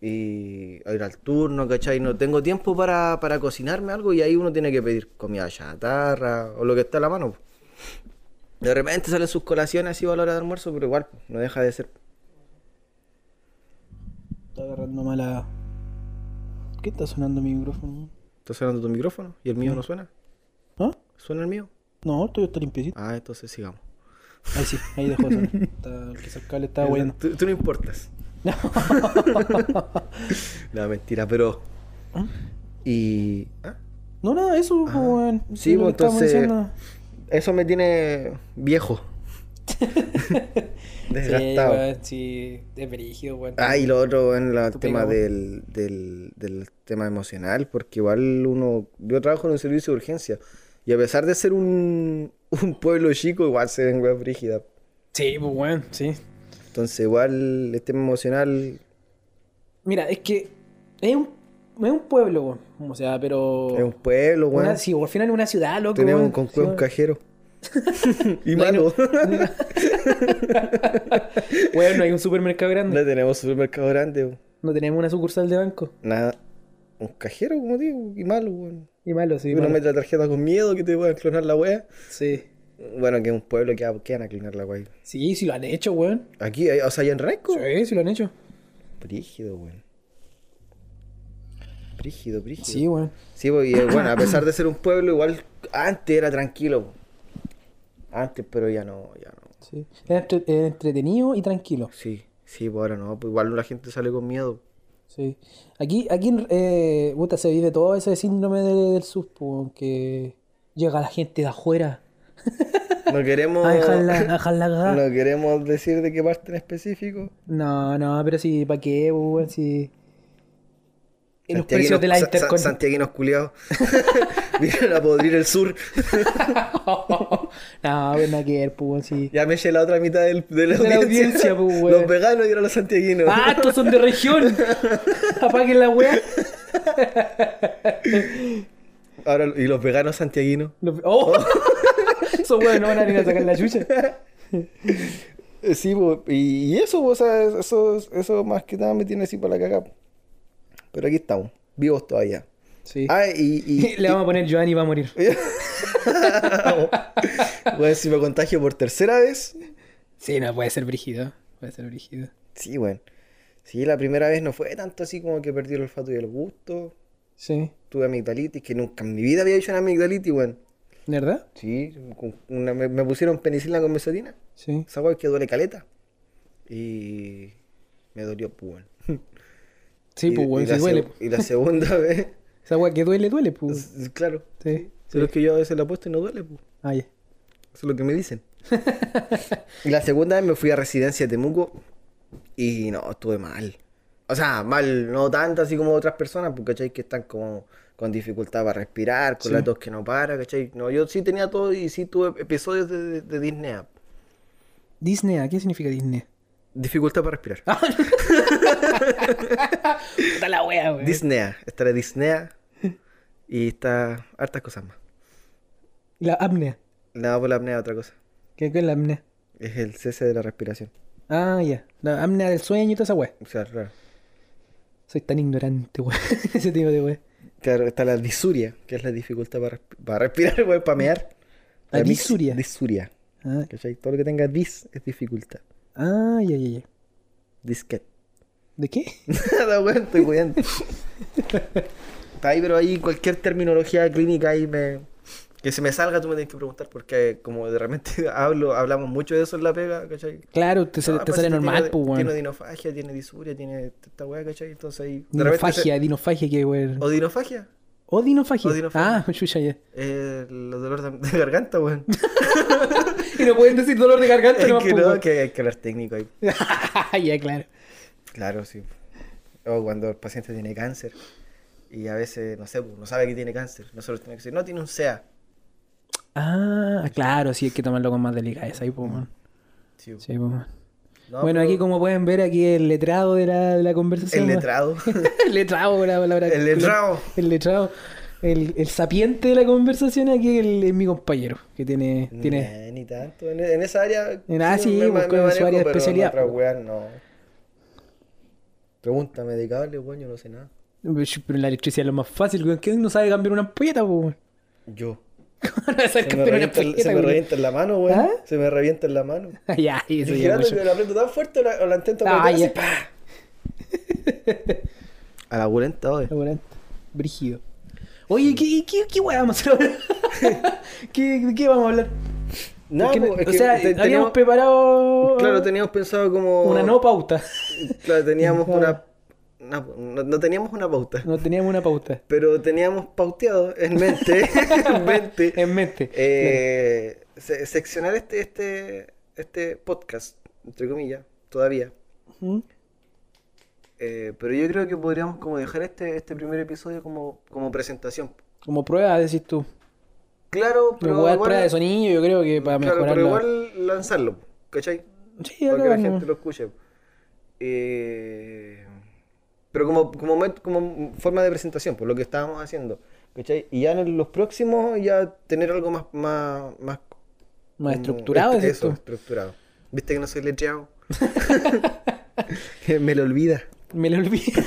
Speaker 3: y a ir al turno, ¿cachai? No tengo tiempo para, para cocinarme algo y ahí uno tiene que pedir comida chatarra o lo que está a la mano. po. De repente salen sus colaciones así a la hora de almuerzo, pero igual, po, no deja de ser.
Speaker 2: Está agarrando mala. ¿Qué está sonando mi micrófono?
Speaker 3: ¿Está sonando tu micrófono? ¿Y el mío no suena?
Speaker 2: ¿Ah?
Speaker 3: ¿Suena el mío?
Speaker 2: No, estoy está limpiecito.
Speaker 3: Ah, entonces sigamos.
Speaker 2: Ahí sí, ahí dejó
Speaker 3: (laughs)
Speaker 2: de sonar. Está- Quizá el cable estaba bueno.
Speaker 3: Tú, tú no importas. No, mentira, pero.
Speaker 2: ¿Ah?
Speaker 3: Y. ¿ah?
Speaker 2: (laughs) No, nada, eso,
Speaker 3: Ah,
Speaker 2: pues, weón.
Speaker 3: sí,
Speaker 2: lo
Speaker 3: pues,
Speaker 2: que estábamos
Speaker 3: entonces,
Speaker 2: diciendo.
Speaker 3: Eso me tiene
Speaker 2: (laughs)
Speaker 3: viejo. Desgastado.
Speaker 2: Sí, weón, sí, es brígido, weón.
Speaker 3: Ah, y lo otro en el
Speaker 2: Tú
Speaker 3: tema
Speaker 2: pega,
Speaker 3: del, del, del tema emocional, porque igual uno, yo trabajo en un servicio de urgencia, y a pesar de ser un, un pueblo chico, igual se ven weas brígidas.
Speaker 2: Sí, pues, weón, sí.
Speaker 3: Entonces igual el tema emocional
Speaker 2: Mira, es que es un, es un pueblo, weón. O sea, pero.
Speaker 3: es un pueblo,
Speaker 2: Oh. una-
Speaker 3: weón.
Speaker 2: sí, al final es una ciudad, loco.
Speaker 3: Tenemos
Speaker 2: weón.
Speaker 3: un, con-
Speaker 2: Sí,
Speaker 3: un (laughs)
Speaker 2: weón.
Speaker 3: cajero. y
Speaker 2: No hay
Speaker 3: malo.
Speaker 2: Weón, no hay un
Speaker 3: (laughs)
Speaker 2: supermercado grande.
Speaker 3: No tenemos supermercado grande, weón.
Speaker 2: No tenemos una sucursal de banco.
Speaker 3: Nada. Un cajero, como digo, y malo, weón.
Speaker 2: Y malo, sí.
Speaker 3: Y uno
Speaker 2: malo.
Speaker 3: mete la tarjeta con miedo que te puedan clonar la wea.
Speaker 2: Sí.
Speaker 3: Bueno, que es un pueblo que, va- que van a clonar la wea.
Speaker 2: Sí, sí lo han hecho, weón.
Speaker 3: Aquí, eh, o sea, allá en Renco.
Speaker 2: Sí, sí lo han hecho.
Speaker 3: Brígido, weón. Brígido, brígido.
Speaker 2: Sí, weón.
Speaker 3: Sí, pues, y, eh, bueno, a pesar de ser un pueblo, igual antes era tranquilo. po. Antes, pero ya no, ya no.
Speaker 2: Sí. Era entre- era entretenido y tranquilo.
Speaker 3: Sí, sí, pues ahora no, pues igual la gente sale con miedo.
Speaker 2: Sí. Aquí, aquí en- eh, puta, se vive todo ese síndrome de- del sur, po, que llega la gente de afuera
Speaker 3: No queremos, (laughs)
Speaker 2: a dejarla, a dejarla cagada.
Speaker 3: no queremos decir de qué parte en específico.
Speaker 2: No, no, pero sí, ¿para qué, po, weón? Si... Y los
Speaker 3: Santiaguinos-
Speaker 2: precios de la
Speaker 3: Sa- Sa-
Speaker 2: intercon...
Speaker 3: Santiaguinos culiados. (laughs) Vienen a podrir el sur.
Speaker 2: (laughs) no, pero nada que ver, po, weón, si...
Speaker 3: Ya me eché la otra mitad del, de la
Speaker 2: De la audiencia, pues, weón.
Speaker 3: Los veganos y ahora los santiaguinos.
Speaker 2: ¡Ah, estos son
Speaker 3: (laughs)
Speaker 2: de región! Apaguen la weá.
Speaker 3: Ahora, y los veganos santiaguinos.
Speaker 2: Los- ¡Oh! (laughs) Esos weones no van a venir a sacar la chucha.
Speaker 3: Eh, Sí, po, y, y eso, po, o sea, eso, eso más que nada me tiene así para la cagada. Pero aquí estamos, vivos todavía.
Speaker 2: Sí.
Speaker 3: Ah, y... y,
Speaker 2: (laughs) Le vamos a poner Giovanni y va a morir.
Speaker 3: (laughs) Bueno, si me contagio por tercera vez.
Speaker 2: Sí, no, puede ser brígido. Puede ser brígido.
Speaker 3: Sí, bueno. Sí, la primera vez no fue tanto así como que perdí el olfato y el gusto.
Speaker 2: Sí.
Speaker 3: Tuve amigdalitis, que nunca en mi vida había hecho una amigdalitis, weón.
Speaker 2: ¿De verdad?
Speaker 3: Sí, con una- me, me pusieron penicilina con mesotina.
Speaker 2: Sí.
Speaker 3: Esa weón que duele caleta. Y me dolió, pues, weón.
Speaker 2: Sí,
Speaker 3: Y-
Speaker 2: pues,
Speaker 3: y
Speaker 2: weón,
Speaker 3: la
Speaker 2: sí
Speaker 3: seg-
Speaker 2: duele.
Speaker 3: Y la segunda (laughs) vez,
Speaker 2: Esa weá que duele, duele, pues.
Speaker 3: s- claro.
Speaker 2: Sí.
Speaker 3: Pero es que yo a veces la apuesto y no duele, pues.
Speaker 2: Ah, ya.
Speaker 3: Eso es lo que me dicen. y la segunda vez me fui a residencia de Temuco y no, estuve mal. O sea, mal, no tanto así como otras personas, porque ¿cachai? Que están como con dificultad para respirar, con
Speaker 2: Sí.
Speaker 3: la tos que no para, ¿cachai? No, yo sí tenía todo y sí tuve episodios de, de, de disnea.
Speaker 2: Disney, ¿qué significa Disney?
Speaker 3: Dificultad para respirar.
Speaker 2: Puta la wea, weón.
Speaker 3: Disnea. Está la disnea y está hartas cosas más.
Speaker 2: La apnea.
Speaker 3: Nada por la apnea, otra cosa.
Speaker 2: ¿Qué, qué es la apnea?
Speaker 3: Es el cese de la respiración.
Speaker 2: Ah, ya. La apnea del sueño y toda esa wea.
Speaker 3: O sea, raro.
Speaker 2: Soy tan ignorante, weón. (laughs) Ese tipo de wea.
Speaker 3: Claro, está la disuria, que es la dificultad para, respi- para respirar, (laughs) güey, para mear.
Speaker 2: La
Speaker 3: mix-
Speaker 2: disuria.
Speaker 3: Disuria.
Speaker 2: Ah,
Speaker 3: ¿Cachai? Todo lo que tenga dis es dificultad.
Speaker 2: ah, ya, ya, ya.
Speaker 3: Disquet. (laughs)
Speaker 2: ¿De qué?
Speaker 3: Nada, güey, estoy
Speaker 2: (laughs)
Speaker 3: cuidando. está ahí, pero ahí cualquier terminología clínica ahí me... Que se me salga, tú me tienes que preguntar, porque como de repente (laughs) hablo, hablamos mucho de eso en la pega, ¿cachai?
Speaker 2: Claro, te, sale-
Speaker 3: Ah,
Speaker 2: te
Speaker 3: pues,
Speaker 2: sale
Speaker 3: si
Speaker 2: normal,
Speaker 3: tiene,
Speaker 2: pues,
Speaker 3: Tiene
Speaker 2: weón.
Speaker 3: dinofagia, tiene disuria, tiene esta weá, ¿cachai? Entonces ahí... de repente se-
Speaker 2: Dinofagia, dinofagia, qué weón.
Speaker 3: O dinofagia.
Speaker 2: O dinofagia.
Speaker 3: O dinofagia.
Speaker 2: Ah, (laughs) chucha, ya.
Speaker 3: Eh, los dolores de, (laughs) de garganta, weón.
Speaker 2: Y no pueden decir dolor de
Speaker 3: (laughs)
Speaker 2: garganta,
Speaker 3: Es
Speaker 2: nomás,
Speaker 3: que
Speaker 2: pues,
Speaker 3: no,
Speaker 2: weón.
Speaker 3: que hay que hablar técnico ahí.
Speaker 2: (laughs) ya, claro.
Speaker 3: Claro, sí. O cuando el paciente tiene cáncer y a veces, no sé, pues, no sabe que tiene cáncer. Nosotros tenemos que decir, no, tiene un SEA.
Speaker 2: Ah, claro, sí, hay que tomarlo con más delicadeza ahí, pues, weón.
Speaker 3: Sí, pues.
Speaker 2: Sí, pues, weón.
Speaker 3: No,
Speaker 2: bueno,
Speaker 3: pero
Speaker 2: aquí como pueden ver, aquí el letrado de la, de la conversación.
Speaker 3: El
Speaker 2: weón.
Speaker 3: letrado.
Speaker 2: (laughs) el letrado, la
Speaker 3: (laughs)
Speaker 2: palabra.
Speaker 3: El letrado.
Speaker 2: (laughs) El letrado. El, el sapiente de la conversación aquí el- es mi compañero, que tiene... tiene...
Speaker 3: Nah, ni tanto. En, en esa área.
Speaker 2: En- ah, sí,
Speaker 3: me- me-
Speaker 2: pues,
Speaker 3: me
Speaker 2: con su
Speaker 3: manejo,
Speaker 2: área de
Speaker 3: pero en
Speaker 2: especialidad,
Speaker 3: otras
Speaker 2: pues.
Speaker 3: weas no. Pregúntame de cable, weón, yo no sé nada.
Speaker 2: Pero la electricidad es lo más fácil, weón. ¿Quién no sabe cambiar una ampolleta, po, weón? (laughs)
Speaker 3: Yo.
Speaker 2: ¿Cómo no sabe
Speaker 3: Se me,
Speaker 2: cambiar una
Speaker 3: revienta, se
Speaker 2: ampolleta,
Speaker 3: me
Speaker 2: weón?
Speaker 3: revienta en la mano, weón.
Speaker 2: ¿Ah?
Speaker 3: Se me revienta en la mano.
Speaker 2: Ay, ay, eso
Speaker 3: Y
Speaker 2: (laughs) ya
Speaker 3: Gerardo,
Speaker 2: mucho.
Speaker 3: que la aprieto tan fuerte o la, o la intento
Speaker 2: Ah,
Speaker 3: apretar
Speaker 2: ya.
Speaker 3: así, ¡pah! A la violenta, oye.
Speaker 2: Laborante. Brígido. (laughs) Oye, ¿qué, qué, qué weá vamos a hacer ahora? ¿Qué, ¿De qué vamos a hablar?
Speaker 3: No,
Speaker 2: Porque-
Speaker 3: pues, es
Speaker 2: o
Speaker 3: que
Speaker 2: sea,
Speaker 3: te-
Speaker 2: habíamos
Speaker 3: teníamos-
Speaker 2: preparado
Speaker 3: Claro, teníamos pensado como.
Speaker 2: una no pauta. (laughs)
Speaker 3: Claro, teníamos
Speaker 2: Claro.
Speaker 3: una. una- No, no teníamos una pauta.
Speaker 2: No teníamos una pauta.
Speaker 3: Pero teníamos pauteado en
Speaker 2: (laughs)
Speaker 3: mente. en mente.
Speaker 2: En mente.
Speaker 3: eh, se- seccionar este, este, este podcast, entre comillas, todavía.
Speaker 2: ¿Mm?
Speaker 3: Eh, pero yo creo que podríamos como dejar este, este primer episodio como, como presentación.
Speaker 2: Como prueba, decís tú.
Speaker 3: Claro,
Speaker 2: Pero
Speaker 3: pero
Speaker 2: voy a dar
Speaker 3: igual-
Speaker 2: prueba de sonido, yo creo que para
Speaker 3: claro,
Speaker 2: mejorar
Speaker 3: pero
Speaker 2: la-
Speaker 3: igual lanzarlo, ¿cachai?
Speaker 2: Sí,
Speaker 3: Para que
Speaker 2: acá
Speaker 3: la
Speaker 2: no.
Speaker 3: gente lo escuche. Eh, pero como, como, met- como forma de presentación, por lo que estábamos haciendo, ¿cachai? Y ya en los próximos ya tener algo más... más, más
Speaker 2: más
Speaker 3: como-
Speaker 2: estructurado,
Speaker 3: est-
Speaker 2: decís
Speaker 3: Eso,
Speaker 2: tú.
Speaker 3: estructurado. ¿Viste que no soy
Speaker 2: (laughs)
Speaker 3: letrado? (laughs) Me lo olvida.
Speaker 2: Me lo olvidé. (laughs)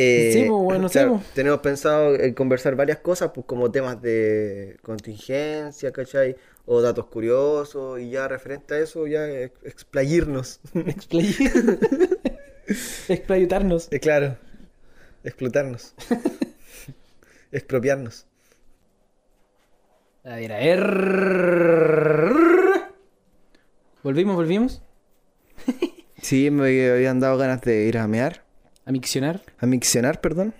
Speaker 3: Eh,
Speaker 2: Sí, pues, bueno, sí,
Speaker 3: claro,
Speaker 2: pues.
Speaker 3: tenemos pensado eh, conversar varias cosas, pues como temas de contingencia, ¿cachai? O datos curiosos, y ya referente a eso, ya eh, explayirnos.
Speaker 2: Explay...
Speaker 3: (laughs)
Speaker 2: Explayutarnos.
Speaker 3: Eh, claro,
Speaker 2: (laughs)
Speaker 3: explotarnos, expropiarnos.
Speaker 2: A ver, a ver. Volvimos, volvimos.
Speaker 3: Sí, me habían dado ganas de ir a mear,
Speaker 2: A miccionar.
Speaker 3: a miccionar, perdón.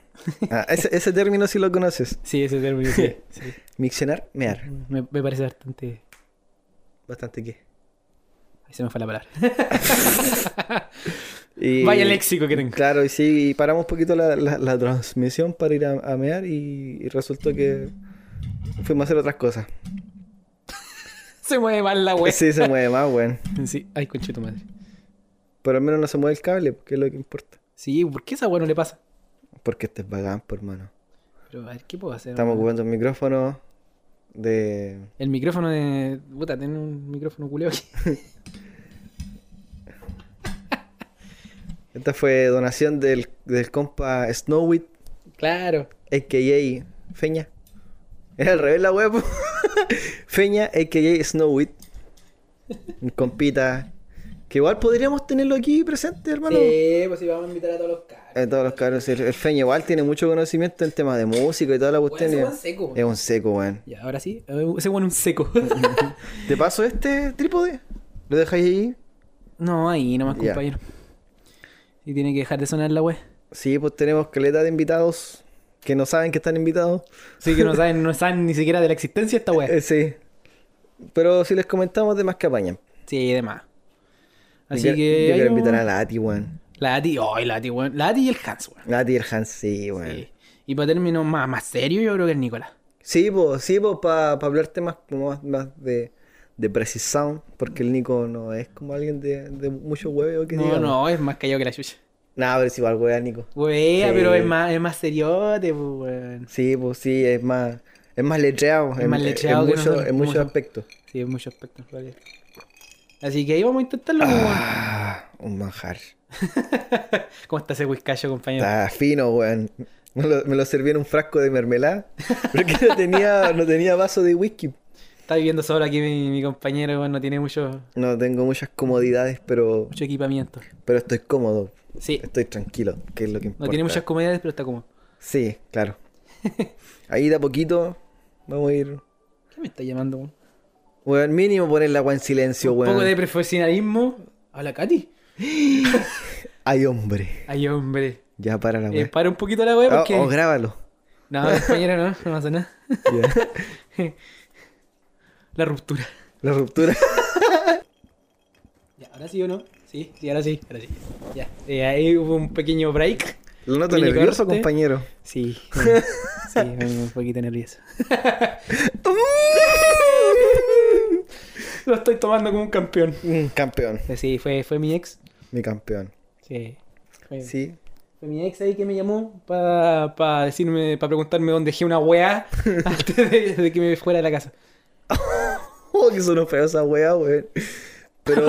Speaker 3: Ah, ese, ese término sí lo conoces.
Speaker 2: Sí, ese término,
Speaker 3: (laughs)
Speaker 2: sí. sí.
Speaker 3: Miccionar, mear.
Speaker 2: Me, me parece bastante.
Speaker 3: Bastante qué.
Speaker 2: Ahí se me fue la palabra.
Speaker 3: Y-
Speaker 2: Vaya léxico que tengo.
Speaker 3: Claro, y sí, y paramos un poquito la, la- la transmisión para ir a, a mear y, y resultó que fuimos a hacer otras cosas.
Speaker 2: Se mueve mal la web.
Speaker 3: Sí, se mueve más, weón.
Speaker 2: Sí. Ay, conche tu madre.
Speaker 3: Pero al menos no se mueve el cable, que es lo que importa.
Speaker 2: Sí, ¿por qué esa wea no le pasa?
Speaker 3: Porque este es vagán, por hermano.
Speaker 2: Pero a ver, ¿qué puedo hacer?
Speaker 3: Estamos
Speaker 2: weón?
Speaker 3: ocupando un micrófono de...
Speaker 2: El micrófono de. Puta, tiene un micrófono culeo aquí. (laughs)
Speaker 3: Esta fue donación del, del compa Snowwit,
Speaker 2: Claro.
Speaker 3: a.k.a. Feña. Era al revés la web. (laughs) Feña, a.k.a. Snowwit. Un compita. Que igual podríamos tenerlo aquí presente, hermano.
Speaker 2: pues sí, vamos a invitar a todos los caras.
Speaker 3: Eh, todos los cabros. El, el Feña igual tiene mucho conocimiento en temas de música y toda la cuestión. y-
Speaker 2: seco.
Speaker 3: Es eh, un seco, weón.
Speaker 2: Ya, ahora sí. eh, Ese weón es un seco. (laughs)
Speaker 3: ¿Te paso este trípode? ¿Lo dejáis ahí?
Speaker 2: no, ahí nomás,
Speaker 3: Ya.
Speaker 2: compañero. Y tiene que dejar de sonar la web.
Speaker 3: Sí, pues tenemos caleta de invitados que no saben que están invitados.
Speaker 2: Sí,
Speaker 3: (laughs)
Speaker 2: que no saben, no saben ni siquiera de la existencia de esta wea.
Speaker 3: Eh, sí. Pero si les comentamos, de más que apañan.
Speaker 2: Sí, demás. Así
Speaker 3: Yo quiero-
Speaker 2: que.
Speaker 3: Yo
Speaker 2: ahí
Speaker 3: quiero
Speaker 2: vamos.
Speaker 3: invitar a Lati, weón.
Speaker 2: La Ati, oh, la Ati, weón. La Ati y el Hans, weón.
Speaker 3: Lati y el Hans, sí, weón.
Speaker 2: Sí.
Speaker 3: Sí,
Speaker 2: Y para términos más, más serios, yo creo que el Nicolás.
Speaker 3: pues, sí, pues, para hablar temas como más, más de, de precisión. Porque el Nico no es como alguien de, de mucho hueveo que
Speaker 2: No,
Speaker 3: digamos.
Speaker 2: no, es más callado que la chucha.
Speaker 3: Nah, pero es igual, weón, Nico.
Speaker 2: Wea,
Speaker 3: Sí.
Speaker 2: pero es más, es más seriote, pues, weón.
Speaker 3: Sí, pues sí, es más, es más letreado.
Speaker 2: Es más letreado que
Speaker 3: en, mucho-
Speaker 2: nosotros,
Speaker 3: en muchos
Speaker 2: mucho.
Speaker 3: aspectos.
Speaker 2: Sí, es mucho aspecto en realidad. Así que ahí vamos a intentarlo, pues, weón.
Speaker 3: Ah, un manjar.
Speaker 2: Eh. ¿Cómo está ese whiskacho, compañero?
Speaker 3: Está fino, weón. Me lo, me lo serví en un frasco de mermelada. (laughs) Porque no tenía, no tenía vaso de whisky.
Speaker 2: Está viviendo solo aquí mi, mi compañero, weón. No tiene mucho,
Speaker 3: No tengo muchas comodidades, pero,
Speaker 2: mucho equipamiento.
Speaker 3: pero estoy cómodo.
Speaker 2: Sí,
Speaker 3: Estoy tranquilo, que es lo que importa.
Speaker 2: Eh. no tiene muchas comodidades, pero está como.
Speaker 3: Sí, claro.
Speaker 2: (laughs)
Speaker 3: Ahí de a poquito vamos a ir.
Speaker 2: ¿Qué me está llamando, weón?
Speaker 3: Weón, mínimo poner la agua en silencio,
Speaker 2: Un poco de
Speaker 3: weón.
Speaker 2: profesionalismo. Habla Katy.
Speaker 3: Ay, hombre.
Speaker 2: Ay, hombre.
Speaker 3: Ya para la
Speaker 2: Eh,
Speaker 3: Ah, weón. Oh,
Speaker 2: para un poquito la weá porque.
Speaker 3: O,
Speaker 2: (laughs)
Speaker 3: grábalo.
Speaker 2: No, compañero, no, no pasa nada.
Speaker 3: Ya.
Speaker 2: La ruptura.
Speaker 3: La ruptura.
Speaker 2: Ya, ahora sí o no. Sí, sí, ahora sí, ahora sí. Ya. Eh, ahí hubo un pequeño break.
Speaker 3: Lo noto
Speaker 2: Mini
Speaker 3: nervioso,
Speaker 2: corte.
Speaker 3: (laughs) compañero.
Speaker 2: Sí. bueno, sí, vengo un poquito nervioso. Lo estoy tomando como un campeón.
Speaker 3: Mm, campeón,
Speaker 2: Eh, Sí, fue, fue mi ex.
Speaker 3: mi campeón.
Speaker 2: Sí. Fue,
Speaker 3: Sí.
Speaker 2: fue mi ex ahí que me llamó para decirme, para preguntarme dónde dejé
Speaker 3: (laughs)
Speaker 2: una weá antes de, de que me fuera de la casa.
Speaker 3: (laughs) Oh, que sonó feo esa wea, weón. (laughs) Pero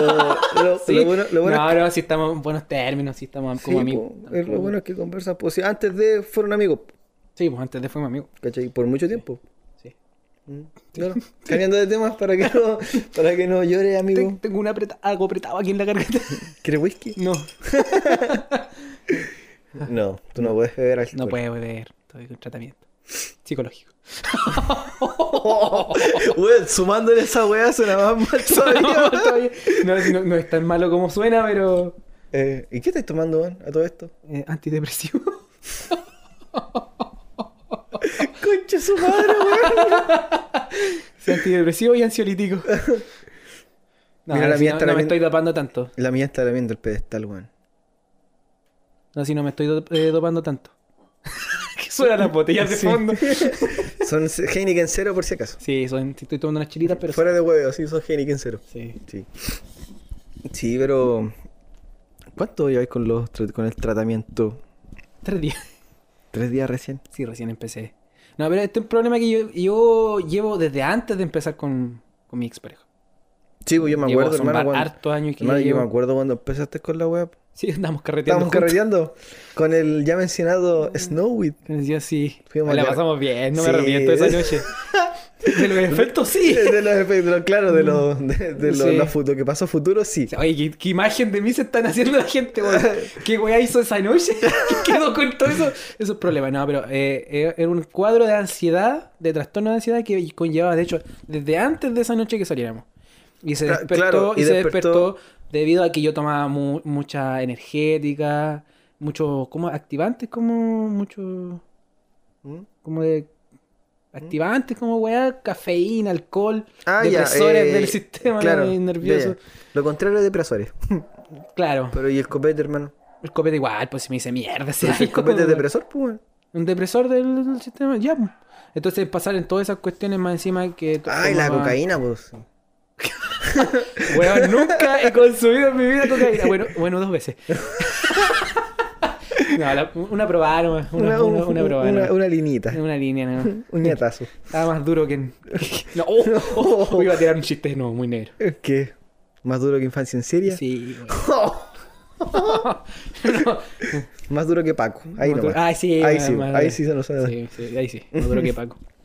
Speaker 3: lo,
Speaker 2: Sí.
Speaker 3: lo bueno, lo bueno
Speaker 2: no,
Speaker 3: es
Speaker 2: no, si estamos en buenos términos, si estamos
Speaker 3: que,
Speaker 2: como
Speaker 3: sí,
Speaker 2: amigos.
Speaker 3: po, es lo bueno es que conversan. Pues, sí, antes de fueron amigos,
Speaker 2: Sí, pues antes de fuimos amigos.
Speaker 3: ¿cachai? Por mucho tiempo.
Speaker 2: Sí.
Speaker 3: Mm, claro. Cambiando de temas para que no, para que no llore,
Speaker 2: Ten-
Speaker 3: amigo.
Speaker 2: Tengo una apreta- algo apretado aquí en la carpeta.
Speaker 3: (laughs) ¿Quieres whisky?
Speaker 2: No,
Speaker 3: No, tú no puedes beber alcohol.
Speaker 2: no puedo beber. Estoy con tratamiento. Psicológico.
Speaker 3: (laughs)
Speaker 2: (laughs)
Speaker 3: Weón, sumándole esa weá suena más mal todavía.
Speaker 2: Todavía- no, si no- no es tan malo como suena, pero.
Speaker 3: (laughs) Eh, ¿Y qué estáis tomando, weón, a todo esto?
Speaker 2: eh, antidepresivo.
Speaker 3: Concha su madre, weón.
Speaker 2: Sí, antidepresivo y ansiolítico.
Speaker 3: (laughs)
Speaker 2: No,
Speaker 3: Mira, la
Speaker 2: si
Speaker 3: mía
Speaker 2: no,
Speaker 3: está
Speaker 2: no
Speaker 3: la mía-
Speaker 2: me estoy dopando tanto.
Speaker 3: La mía está lamiendo el pedestal, weón.
Speaker 2: No, si no me estoy do- eh,
Speaker 3: (laughs)
Speaker 2: dopando tanto. que suenan las botellas de
Speaker 3: Sí.
Speaker 2: fondo.
Speaker 3: Son Heineken cero por si acaso.
Speaker 2: (laughs) Sí, son- estoy tomando unas chilitas, pero.
Speaker 3: Fuera de huevo, sí, son Heineken cero.
Speaker 2: Sí.
Speaker 3: Sí. Sí, pero. ¿Cuánto lleváis con, los tra- con el tratamiento?
Speaker 2: Tres días. (laughs)
Speaker 3: ¿Tres días recién?
Speaker 2: Sí, recién empecé. No, pero este es un problema que yo, yo llevo desde antes de empezar con, con mi expareja.
Speaker 3: Sí, pues yo me
Speaker 2: Llevo-
Speaker 3: acuerdo,
Speaker 2: son
Speaker 3: hermano,
Speaker 2: va-
Speaker 3: cuando,
Speaker 2: hartos años que
Speaker 3: hermano,
Speaker 2: ya
Speaker 3: yo me
Speaker 2: llevo.
Speaker 3: acuerdo cuando empezaste con la web.
Speaker 2: Sí, andamos carreteando.
Speaker 3: Estábamos carreteando con el ya
Speaker 2: Mm.
Speaker 3: mencionado
Speaker 2: (laughs)
Speaker 3: Snowweed.
Speaker 2: Yo sí.
Speaker 3: Fuimos
Speaker 2: la
Speaker 3: a-
Speaker 2: pasamos bien, no me
Speaker 3: Sí.
Speaker 2: arrepiento de esa
Speaker 3: (laughs)
Speaker 2: noche. De los efectos,
Speaker 3: (laughs)
Speaker 2: sí.
Speaker 3: De los efectos, de los- claro, de lo, de, de lo,
Speaker 2: Mm. Sí.
Speaker 3: lo futu- que pasó futuro, sí.
Speaker 2: Oye, ¿qué, qué imagen de mí se están haciendo la gente, weón. ¿Qué weá hizo esa noche? ¿Qué quedó con todo eso? Esos problemas. No, pero eh, eh, era un cuadro de ansiedad, de trastorno de ansiedad que conllevaba, de hecho, desde antes de esa noche que saliéramos. Y se
Speaker 3: Cla-
Speaker 2: despertó,
Speaker 3: Ah, claro,
Speaker 2: y
Speaker 3: y
Speaker 2: se
Speaker 3: despertó-
Speaker 2: despertó debido a que yo tomaba mu- mucha energética, muchos, como activantes, como mucho,
Speaker 3: ¿Mm?
Speaker 2: como de activantes, como weá, cafeína, alcohol,
Speaker 3: Ah, ya,
Speaker 2: depresores
Speaker 3: eh,
Speaker 2: del sistema
Speaker 3: claro, ya,
Speaker 2: nervioso.
Speaker 3: ya. Lo contrario de depresores.
Speaker 2: Claro.
Speaker 3: Pero ¿y el copete, hermano?
Speaker 2: El copete igual, pues si me dice mierda ese
Speaker 3: Pero si (laughs) el
Speaker 2: año,
Speaker 3: copete es
Speaker 2: weón.
Speaker 3: depresor, pues, weón.
Speaker 2: Un depresor del, del sistema, ya. pues. Entonces pasar en todas esas cuestiones más encima que... to-
Speaker 3: Ay, la
Speaker 2: tomaba-
Speaker 3: cocaína, pues.
Speaker 2: Weón, nunca he consumido en mi vida cocaína. Bueno, bueno dos
Speaker 3: (laughs)
Speaker 2: veces. no, la- una probada nomás. Una, una, una probada
Speaker 3: una,
Speaker 2: nomás.
Speaker 3: una linita.
Speaker 2: Una línea no.
Speaker 3: Un
Speaker 2: (laughs)
Speaker 3: ñatazo.
Speaker 2: Estaba más duro
Speaker 3: (laughs)
Speaker 2: que... en- no, oh, oh, oh, iba a tirar un chiste no, muy negro.
Speaker 3: ¿Qué? ¿Más duro que infancia en serie?
Speaker 2: Sí, weón.
Speaker 3: (laughs) Más duro que Paco. Ahí
Speaker 2: Más
Speaker 3: nomás.
Speaker 2: duro- Ah, sí.
Speaker 3: Ahí
Speaker 2: más-
Speaker 3: sí,
Speaker 2: más-
Speaker 3: ahí sí se nos suena.
Speaker 2: Sí, sí, ahí sí. Más duro que Paco.
Speaker 3: (laughs)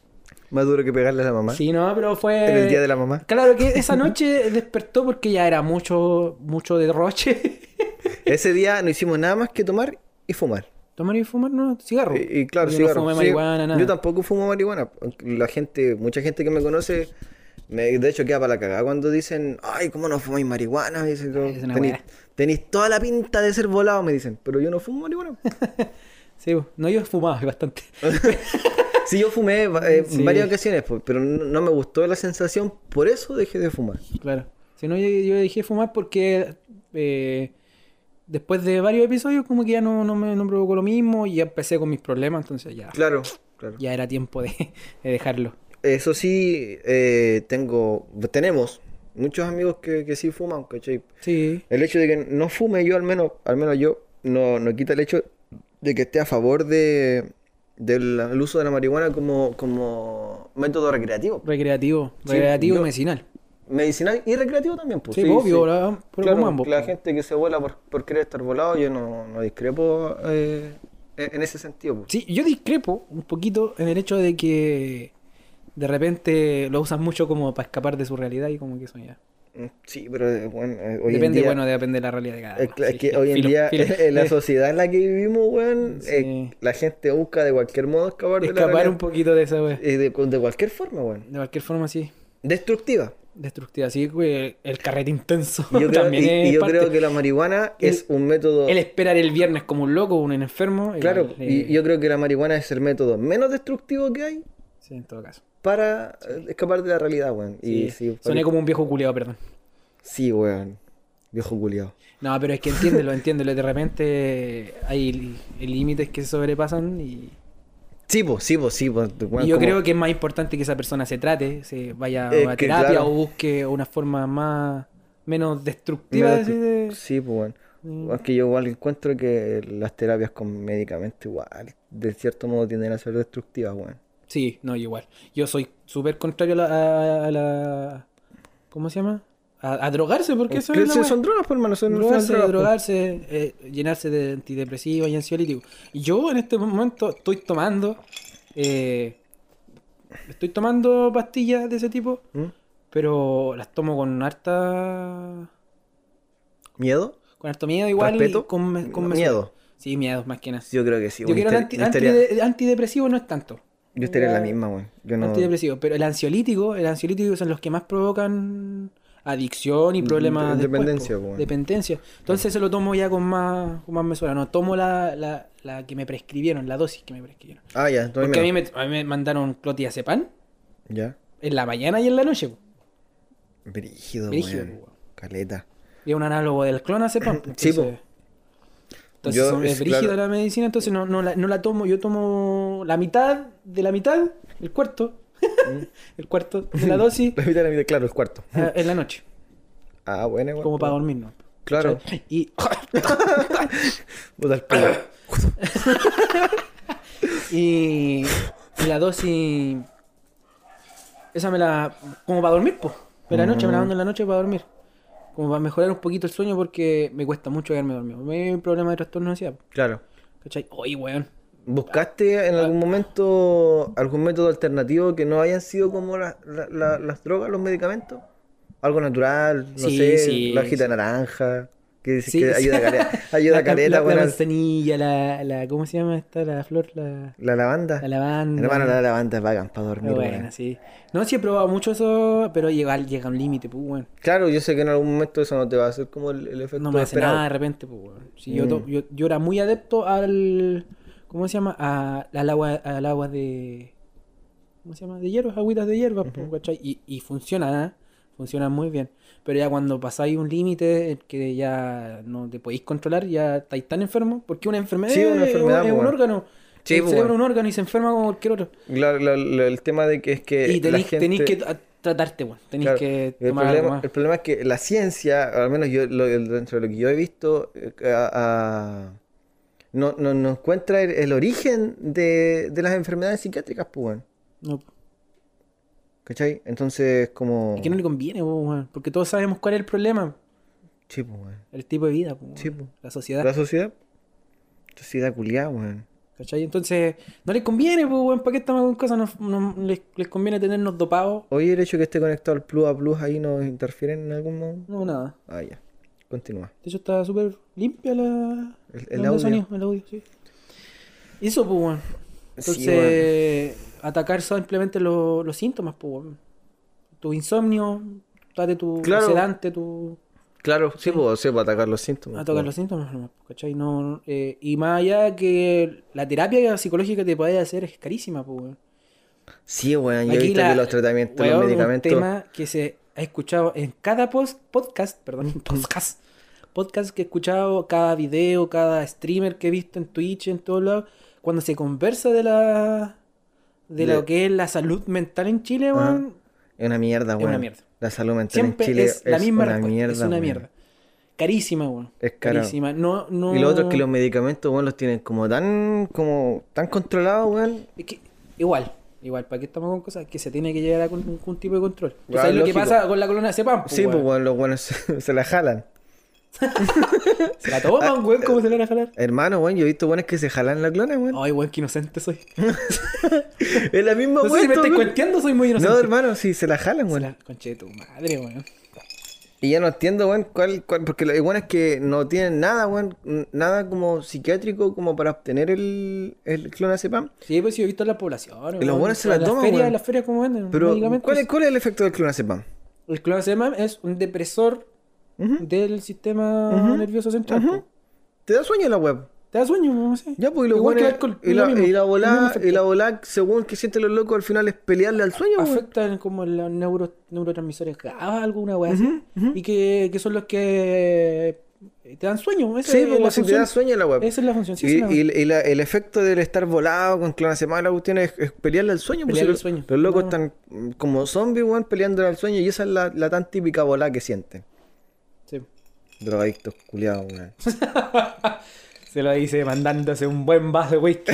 Speaker 3: Más duro que pegarle a la mamá.
Speaker 2: Sí, Eh. no, pero fue...
Speaker 3: En el día de la mamá.
Speaker 2: Claro que esa noche despertó porque ya era mucho, mucho derroche. (laughs)
Speaker 3: Ese día no hicimos nada más que tomar y fumar.
Speaker 2: Tomar y fumar, no, cigarro.
Speaker 3: Y, y claro,
Speaker 2: Yo
Speaker 3: cigarro.
Speaker 2: No fumé
Speaker 3: Sí,
Speaker 2: marihuana, nada.
Speaker 3: Yo tampoco fumo marihuana. Aunque La gente, mucha gente que me conoce, me- de hecho queda para la cagada cuando dicen, ay, ¿cómo no fumáis marihuana? Me dicen,
Speaker 2: Es una
Speaker 3: tenéis,
Speaker 2: weá.
Speaker 3: tenéis toda la pinta de ser volado, me dicen, pero yo no fumo marihuana. (laughs)
Speaker 2: Sí, bo. no, yo fumaba bastante. (laughs)
Speaker 3: Sí, yo fumé eh,
Speaker 2: Sí.
Speaker 3: varias ocasiones, po- pero no, no me gustó la sensación, por eso dejé de fumar.
Speaker 2: Claro. Si no, yo, yo dejé de fumar porque eh, después de varios episodios como que ya no, no me no provocó lo mismo y ya empecé con mis problemas, entonces ya,
Speaker 3: Claro, claro.
Speaker 2: ya era tiempo de, (laughs) de dejarlo.
Speaker 3: Eso sí, eh, tengo, tenemos muchos amigos que, que sí fuman, ¿cachai?
Speaker 2: Sí,
Speaker 3: El hecho de que no fume yo, al menos, al menos yo, no, no quita el hecho de que esté a favor de, del el uso de la marihuana como, como método recreativo.
Speaker 2: recreativo,
Speaker 3: Sí,
Speaker 2: recreativo y
Speaker 3: yo-
Speaker 2: medicinal.
Speaker 3: Medicinal y recreativo también, pues.
Speaker 2: Sí, obvio, la- por
Speaker 3: Claro,
Speaker 2: como ambos.
Speaker 3: la gente que se vuela por, por querer estar volado, yo no, no discrepo eh, en ese sentido. pues.
Speaker 2: Sí, yo discrepo un poquito en el hecho de que de repente lo usan mucho como para escapar de su realidad y como que eso ya.
Speaker 3: Mm, Sí, pero eh, bueno, eh, hoy en
Speaker 2: Depende,
Speaker 3: día-
Speaker 2: bueno, depende de la realidad de cada
Speaker 3: Es
Speaker 2: uno,
Speaker 3: cla- es
Speaker 2: sí,
Speaker 3: que
Speaker 2: sí,
Speaker 3: hoy en
Speaker 2: filo,
Speaker 3: día,
Speaker 2: filo.
Speaker 3: en
Speaker 2: (laughs)
Speaker 3: la
Speaker 2: Eh,
Speaker 3: sociedad en la que vivimos, weón, eh,
Speaker 2: Sí.
Speaker 3: la gente busca de cualquier modo escapar de la
Speaker 2: (laughs) escapar
Speaker 3: realidad,
Speaker 2: un poquito de esa wea.
Speaker 3: eh, de, de cualquier forma, weón.
Speaker 2: De cualquier forma, sí. (laughs)
Speaker 3: Destructiva.
Speaker 2: Destructiva, sí, güey, el carrete intenso (laughs)
Speaker 3: Y yo creo,
Speaker 2: también
Speaker 3: y- y
Speaker 2: es
Speaker 3: yo
Speaker 2: parte.
Speaker 3: creo que la marihuana
Speaker 2: El-
Speaker 3: es un método.
Speaker 2: El esperar el viernes como un loco, un enfermo.
Speaker 3: claro,
Speaker 2: igual, eh,
Speaker 3: y yo creo que la marihuana es el método menos destructivo que hay
Speaker 2: Sí, en todo caso.
Speaker 3: para eh, escapar de la realidad, weón. Y
Speaker 2: Sí.
Speaker 3: sí,
Speaker 2: Soné
Speaker 3: pare-
Speaker 2: como un viejo culiado, perdón.
Speaker 3: Sí, weón. Viejo culiao.
Speaker 2: No, pero es que entiéndelo, entiéndelo. De repente hay li- límites que se sobrepasan y,
Speaker 3: Sí, pues, sí, pues, sí, pues.
Speaker 2: y yo creo que es más importante que esa persona se trate, se vaya
Speaker 3: Es
Speaker 2: a
Speaker 3: que,
Speaker 2: terapia
Speaker 3: claro.
Speaker 2: o busque una forma más menos destructiva
Speaker 3: Menos
Speaker 2: así de-
Speaker 3: Sí, pues, weón.
Speaker 2: Mm.
Speaker 3: Bueno, Es que yo igual encuentro que las terapias con medicamentos igual, de cierto modo tienden a ser destructivas, weón.
Speaker 2: Sí, no, yo igual. Yo soy súper contrario a la, a- a la- ¿Cómo se llama? A, a drogarse, porque eso es la
Speaker 3: Creo que
Speaker 2: wea.
Speaker 3: son drogas, por hermano, son al final
Speaker 2: Drogarse,
Speaker 3: drogas, po.
Speaker 2: drogarse, eh, llenarse de antidepresivos y ansiolíticos. Y yo en este momento estoy tomando... eh, estoy tomando pastillas de ese tipo,
Speaker 3: ¿Mm?
Speaker 2: pero las tomo con harta...
Speaker 3: ¿Miedo?
Speaker 2: Con harto miedo igual. y
Speaker 3: ¿Respeto?
Speaker 2: Con, me- con mesura.
Speaker 3: ¿Miedo.
Speaker 2: Sí, miedo, más que nada.
Speaker 3: Yo creo que sí,
Speaker 2: Yo
Speaker 3: weón,
Speaker 2: quiero
Speaker 3: estaría-
Speaker 2: anti-
Speaker 3: estaría-
Speaker 2: antide- antidepresivo no es tanto.
Speaker 3: Yo estaría en la
Speaker 2: Ya.
Speaker 3: misma, weón. Yo no.
Speaker 2: Antidepresivo. Pero el ansiolítico, el ansiolítico son los que más provocan adicción y problemas
Speaker 3: de-
Speaker 2: de
Speaker 3: dependencia, Mm, po, weón.
Speaker 2: Dependencia. Entonces eso lo tomo ya con más, con más mesura. No tomo la, la, la que me prescribieron, la dosis que me prescribieron.
Speaker 3: Ah, ya, tú
Speaker 2: Porque a mí, me, a mí me mandaron clotiazepam
Speaker 3: Ya.
Speaker 2: en la mañana y en la noche. po.
Speaker 3: Brígido,
Speaker 2: Brígido,
Speaker 3: weón.
Speaker 2: weón.
Speaker 3: Caleta. (laughs)
Speaker 2: Y es un análogo del clonazepam. pues,
Speaker 3: Sí, po.
Speaker 2: entonces- Entonces
Speaker 3: Yo,
Speaker 2: son- es,
Speaker 3: es
Speaker 2: brígida
Speaker 3: claro.
Speaker 2: la medicina, entonces no, no, la, no la tomo. Yo tomo la mitad de la mitad, el cuarto,
Speaker 3: Mm.
Speaker 2: (laughs) el cuarto de la
Speaker 3: (laughs)
Speaker 2: dosis
Speaker 3: La vitamina, claro, el cuarto.
Speaker 2: ah, en la noche.
Speaker 3: Ah, bueno, igual.
Speaker 2: Como para dormir, ¿no?
Speaker 3: Claro.
Speaker 2: Y, (coughs)
Speaker 3: Puta el pelo.
Speaker 2: y, y la dosis. Esa me la. Como para dormir, pues. En la noche, me la mando en la noche para dormir. Como para mejorar un poquito el sueño porque me cuesta mucho quedarme dormido. Me un problema de trastorno de ansiedad, po,
Speaker 3: Claro.
Speaker 2: ¿cachai? Oye, weón.
Speaker 3: ¿Buscaste en algún momento algún método alternativo que no hayan sido como la- la- la- las drogas, los medicamentos? Algo natural, no
Speaker 2: Sí,
Speaker 3: sé,
Speaker 2: sí,
Speaker 3: la hojita
Speaker 2: sí.
Speaker 3: de naranja, que dice
Speaker 2: (laughs) Sí,
Speaker 3: que
Speaker 2: sí.
Speaker 3: ayuda a caleta, ayuda a
Speaker 2: la,
Speaker 3: caleta,
Speaker 2: la, la
Speaker 3: buena-
Speaker 2: manzanilla, la, la. ¿Cómo se llama esta? La flor, la,
Speaker 3: la lavanda.
Speaker 2: la lavanda.
Speaker 3: Hermano, la lavanda es bacán para
Speaker 2: Pero
Speaker 3: dormir,
Speaker 2: bueno,
Speaker 3: weón.
Speaker 2: sí. No, sí he probado mucho eso, pero llega, llega a un límite, pues, weón.
Speaker 3: Claro, yo sé que en algún momento eso no te va a hacer como el, el efecto
Speaker 2: no me hace
Speaker 3: esperado.
Speaker 2: nada de repente, pues, weón. Si yo,
Speaker 3: Eh.
Speaker 2: to- yo, yo era muy adepto al. ¿Cómo se llama? A- al, agua, al agua de. ¿Cómo se llama? De hierbas, agüitas de hierbas, pues, ¿cachai? Y, y funciona, ¿eh? Funciona muy bien. Pero ya cuando pasáis un límite en que ya no te podéis controlar, ya estáis tan enfermo. Porque una enfermedad,
Speaker 3: Sí, una
Speaker 2: es- es
Speaker 3: enfermedad,
Speaker 2: un- es
Speaker 3: pues,
Speaker 2: un
Speaker 3: weón.
Speaker 2: órgano.
Speaker 3: Sí,
Speaker 2: el
Speaker 3: pues,
Speaker 2: cerebro es
Speaker 3: weón.
Speaker 2: un órgano y se enferma como cualquier otro.
Speaker 3: Claro, la- la- el tema de que es que
Speaker 2: Y
Speaker 3: Eh, la
Speaker 2: tenéis tenéis
Speaker 3: gente-
Speaker 2: que t- tratarte, weón. Tenéis
Speaker 3: Claro,
Speaker 2: que
Speaker 3: el
Speaker 2: tomar algo
Speaker 3: problema,
Speaker 2: más.
Speaker 3: el problema es que la ciencia, al menos yo, lo- el- dentro de lo que yo he visto, eh, a- a- no, no, no encuentra el, el origen de, de las enfermedades psiquiátricas, pues, weón.
Speaker 2: No,
Speaker 3: ¿Cachai? Entonces, como...
Speaker 2: es que no le conviene, pues, weón. Porque todos sabemos cuál es el problema.
Speaker 3: Sí, pues, weón.
Speaker 2: El tipo de vida, po,
Speaker 3: Sí,
Speaker 2: weón.
Speaker 3: po.
Speaker 2: la sociedad.
Speaker 3: La sociedad... Sociedad culiada, weón.
Speaker 2: ¿Cachai? Entonces, no les conviene, pues, weón, ¿para qué estamos con cosas? No, no- les, les conviene tenernos dopados.
Speaker 3: Oye, el hecho de que esté conectado al plus a plus ahí no interfiere en algún modo.
Speaker 2: No, nada.
Speaker 3: Ah, ya. Continúa.
Speaker 2: De hecho, está súper limpia la.
Speaker 3: El- el
Speaker 2: la onda de
Speaker 3: audio.
Speaker 2: sonido, el audio, sí. Y Eso, pues, weón. Entonces,
Speaker 3: Sí, weón.
Speaker 2: atacar simplemente lo- los síntomas, pues, weón. Tu insomnio, date tu
Speaker 3: Claro.
Speaker 2: sedante, tu.
Speaker 3: Claro, sí, pues, sí, para atacar los síntomas.
Speaker 2: A tocar
Speaker 3: pues.
Speaker 2: los síntomas, nomás, po, ¿cachai? No, eh, y más allá que la terapia psicológica que te puede hacer es carísima, pues, weón.
Speaker 3: Sí, weón, yo he
Speaker 2: Aquí
Speaker 3: visto
Speaker 2: la-
Speaker 3: que los tratamientos,
Speaker 2: Weón,
Speaker 3: los medicamentos...
Speaker 2: Un tema que se ha escuchado en cada post, podcast, perdón, (laughs) podcast, podcast que he escuchado, cada video, cada streamer que he visto en Twitch, en todos lados, cuando se conversa de la de,
Speaker 3: De-
Speaker 2: lo que es la salud mental en Chile,
Speaker 3: Ajá.
Speaker 2: weón,
Speaker 3: Es una mierda,
Speaker 2: Es
Speaker 3: weón.
Speaker 2: una mierda.
Speaker 3: La salud mental
Speaker 2: siempre
Speaker 3: en Chile
Speaker 2: es la misma
Speaker 3: una
Speaker 2: respuesta,
Speaker 3: mierda,
Speaker 2: es una
Speaker 3: weón.
Speaker 2: mierda. Carísima, weón.
Speaker 3: Es cara.
Speaker 2: Carísima. No, no.
Speaker 3: Y lo otro es que los medicamentos, weón, los tienen como tan, como tan controlados, weón.
Speaker 2: Es que igual, igual, ¿para qué estamos con cosas? Que se tiene que llegar a con- algún tipo de control. Tú
Speaker 3: Weón,
Speaker 2: sabes lo que
Speaker 3: lógico.
Speaker 2: pasa con la colona de Cepam, pues,
Speaker 3: Sí, pues,
Speaker 2: weón.
Speaker 3: weón, los weones (laughs) se, se la jalan.
Speaker 2: Se la
Speaker 3: Ah,
Speaker 2: toman, weón, ¿cómo se la van a jalar?
Speaker 3: Hermano, weón, yo he visto weones que se jalan la clona, weón.
Speaker 2: Ay, weón, que inocente soy.
Speaker 3: Es la misma
Speaker 2: No sé si
Speaker 3: weón.
Speaker 2: me estáis
Speaker 3: weón.
Speaker 2: cuenteando, soy muy inocente.
Speaker 3: No, hermano, sí, se la jalan, weón.
Speaker 2: Hola, conche de tu madre, weón.
Speaker 3: Y ya no entiendo, weón, cuál, cuál, porque los weones que no tienen nada, weón, n- nada como psiquiátrico como para obtener el, el clonazepam.
Speaker 2: Sí, pues sí, he visto la población. weón.
Speaker 3: los buenos se la
Speaker 2: Las
Speaker 3: toman,
Speaker 2: ferias-
Speaker 3: weón.
Speaker 2: Las ferias como venden.
Speaker 3: Pero,
Speaker 2: medicamentos.
Speaker 3: ¿cuál es, ¿cuál es el efecto del clonazepam?
Speaker 2: El clonazepam es un depresor
Speaker 3: Ujú.
Speaker 2: del sistema nervioso central. po.
Speaker 3: Te da sueño la web.
Speaker 2: Te da sueño, no sé.
Speaker 3: Ya, pues, y los
Speaker 2: Igual que
Speaker 3: buenos-
Speaker 2: el alcohol,
Speaker 3: y
Speaker 2: es
Speaker 3: la,
Speaker 2: lo mismo,
Speaker 3: y la
Speaker 2: el mismo
Speaker 3: volá,
Speaker 2: efecto.
Speaker 3: y la volá, según que sienten los locos, al final es pelearle al sueño, pues. weón.
Speaker 2: Afectan como los neuro, neurotransmisores GABA, alguna weá así. Y que, que son los que eh, te dan sueño. Esa
Speaker 3: Sí,
Speaker 2: es la
Speaker 3: como si te
Speaker 2: función.
Speaker 3: da sueño la web.
Speaker 2: Esa es la función. Sí,
Speaker 3: Y,
Speaker 2: esa es la
Speaker 3: y- y la- el efecto del estar volado con clonazepam, la cuestión es, es pelearle al sueño. pues,
Speaker 2: Pelearle
Speaker 3: si
Speaker 2: al
Speaker 3: los-
Speaker 2: sueño,
Speaker 3: Los locos
Speaker 2: nada
Speaker 3: están mm, como zombies, weón, peleándole al sueño. Y esa es la, la tan típica volá que sienten.
Speaker 2: Sí.
Speaker 3: Drogadictos, culiados,
Speaker 2: (laughs)
Speaker 3: weón.
Speaker 2: Se lo dice mandándose un buen vaso de whisky.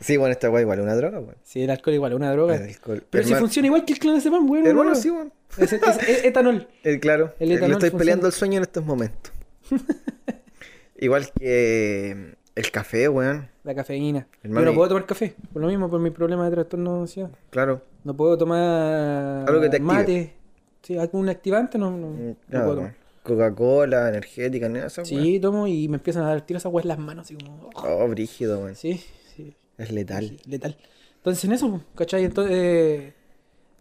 Speaker 3: Sí, bueno, esta weá igual es una droga, weón.
Speaker 2: (laughs) Sí, el alcohol igual, es una droga.
Speaker 3: El alcohol.
Speaker 2: Pero si
Speaker 3: Eh, Hermano-
Speaker 2: funciona igual que el clonazepam, weón.
Speaker 3: Hermano,
Speaker 2: weón.
Speaker 3: sí, weón.
Speaker 2: Es, et- es- es etanol.
Speaker 3: Eh, claro,
Speaker 2: El
Speaker 3: eh,
Speaker 2: etanol
Speaker 3: le estoy peleando
Speaker 2: funciona.
Speaker 3: el sueño en estos
Speaker 2: (laughs)
Speaker 3: momentos. Igual que mm, el café, weón.
Speaker 2: La cafeína.
Speaker 3: Hermano,
Speaker 2: Yo no
Speaker 3: y-
Speaker 2: puedo tomar café. Por lo mismo, por mi problema de trastorno de ansiedad.
Speaker 3: Claro.
Speaker 2: No puedo tomar
Speaker 3: Algo que te active. Mm,
Speaker 2: mate. Sí, algún activante no, no, no
Speaker 3: Nada,
Speaker 2: puedo
Speaker 3: weón.
Speaker 2: tomar.
Speaker 3: Coca-Cola, energética, nada de esas, weón.
Speaker 2: Sí, tomo y me empiezan a dar tiros esas weas en las manos, así como.
Speaker 3: Oh, brígido, weón.
Speaker 2: Sí, sí.
Speaker 3: Es letal.
Speaker 2: letal. Entonces en eso, po, ¿cachai? Entonces, eh,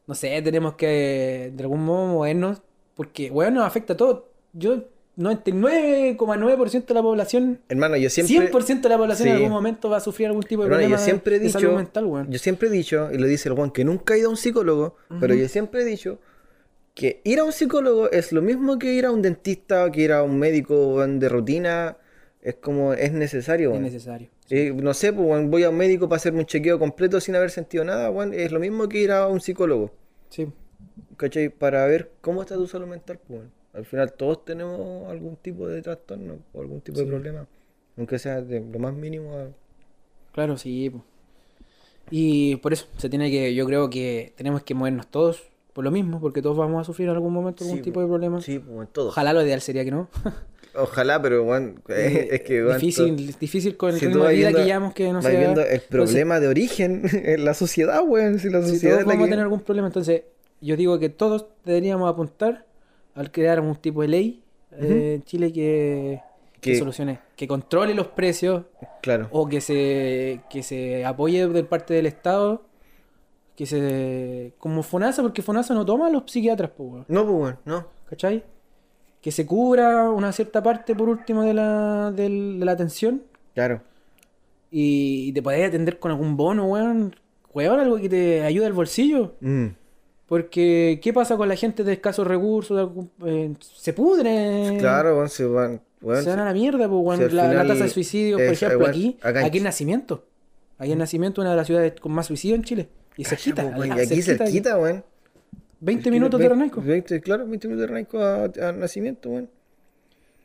Speaker 2: no sé, tenemos que de algún modo movernos, porque, weón, nos afecta a todos. Yo, 99,9% de la población,
Speaker 3: Hermano, yo siempre.
Speaker 2: 100% de la población en
Speaker 3: Sí.
Speaker 2: algún momento va a sufrir algún tipo de
Speaker 3: Hermano,
Speaker 2: problema
Speaker 3: yo siempre he
Speaker 2: de salud
Speaker 3: dicho-
Speaker 2: mental, weón.
Speaker 3: Yo siempre he dicho, y lo dice el Juan, que nunca he ido a un psicólogo, pero yo siempre he dicho que ir a un psicólogo es lo mismo que ir a un dentista, que ir a un médico weón, de rutina. Es como, es necesario.
Speaker 2: Es
Speaker 3: weón.
Speaker 2: necesario.
Speaker 3: Eh, no sé, pues, weón, voy a un médico para hacerme un chequeo completo sin haber sentido nada, weón, es lo mismo que ir a un psicólogo,
Speaker 2: Sí.
Speaker 3: ¿cachai? Para ver cómo está tu salud mental, pues, weón. Al final todos tenemos algún tipo de trastorno o algún tipo de problema, aunque sea de lo más mínimo. a-
Speaker 2: Claro, sí. po. Y por eso se tiene que, yo creo que tenemos que movernos todos por lo mismo, porque todos vamos a sufrir en algún momento algún
Speaker 3: Sí,
Speaker 2: tipo
Speaker 3: po.
Speaker 2: de problema.
Speaker 3: Sí, pues, weón, todos.
Speaker 2: Ojalá lo ideal sería que no.
Speaker 3: Ojalá, pero weón, eh, (laughs) es que weón,
Speaker 2: difícil,
Speaker 3: to-
Speaker 2: difícil con el
Speaker 3: si tú
Speaker 2: ritmo
Speaker 3: vas
Speaker 2: de vida
Speaker 3: viendo-
Speaker 2: que llevamos que no Pues
Speaker 3: vas
Speaker 2: sea.
Speaker 3: viendo el
Speaker 2: Entonces,
Speaker 3: problema de origen (laughs) en la sociedad, weón, si la
Speaker 2: si
Speaker 3: sociedad
Speaker 2: todos
Speaker 3: es la
Speaker 2: vamos a
Speaker 3: que-
Speaker 2: tener algún problema, entonces yo digo que todos deberíamos apuntar al crear un tipo de ley eh, en Chile que, que
Speaker 3: Que-
Speaker 2: solucione, que controle los precios
Speaker 3: Claro.
Speaker 2: o que se, que se apoye de parte del Estado, que se... como FONASA, porque FONASA no toma a los psiquiatras, po, weón,
Speaker 3: No, pues, weón, no.
Speaker 2: ¿cachai? Que se cubra una cierta parte, por último, de la, del- de la atención
Speaker 3: Claro.
Speaker 2: y, y te podés atender con algún bono, weón, weón, algo que te ayude al bolsillo.
Speaker 3: Mm.
Speaker 2: Porque, ¿qué pasa con la gente de escasos recursos? de algún- eh, se pudre.
Speaker 3: Claro, weón, se van, weón,
Speaker 2: Se van
Speaker 3: se-
Speaker 2: a la mierda, pues, weón.
Speaker 3: si al
Speaker 2: la, la
Speaker 3: final
Speaker 2: tasa de suicidio, por
Speaker 3: es-
Speaker 2: ejemplo,
Speaker 3: igual,
Speaker 2: aquí,
Speaker 3: acá en
Speaker 2: aquí en
Speaker 3: Chi-
Speaker 2: Nacimiento. Aquí en Nacimiento, una de las ciudades con más suicidio en Chile. Y cerquita,
Speaker 3: Cacha, po,
Speaker 2: al
Speaker 3: weón,
Speaker 2: lado,
Speaker 3: y aquí
Speaker 2: cerquita, aquí.
Speaker 3: cerquita, weón.
Speaker 2: 20 minutos de Renaico.
Speaker 3: 20, claro, 20 minutos de Renaico a, a nacimiento, weón.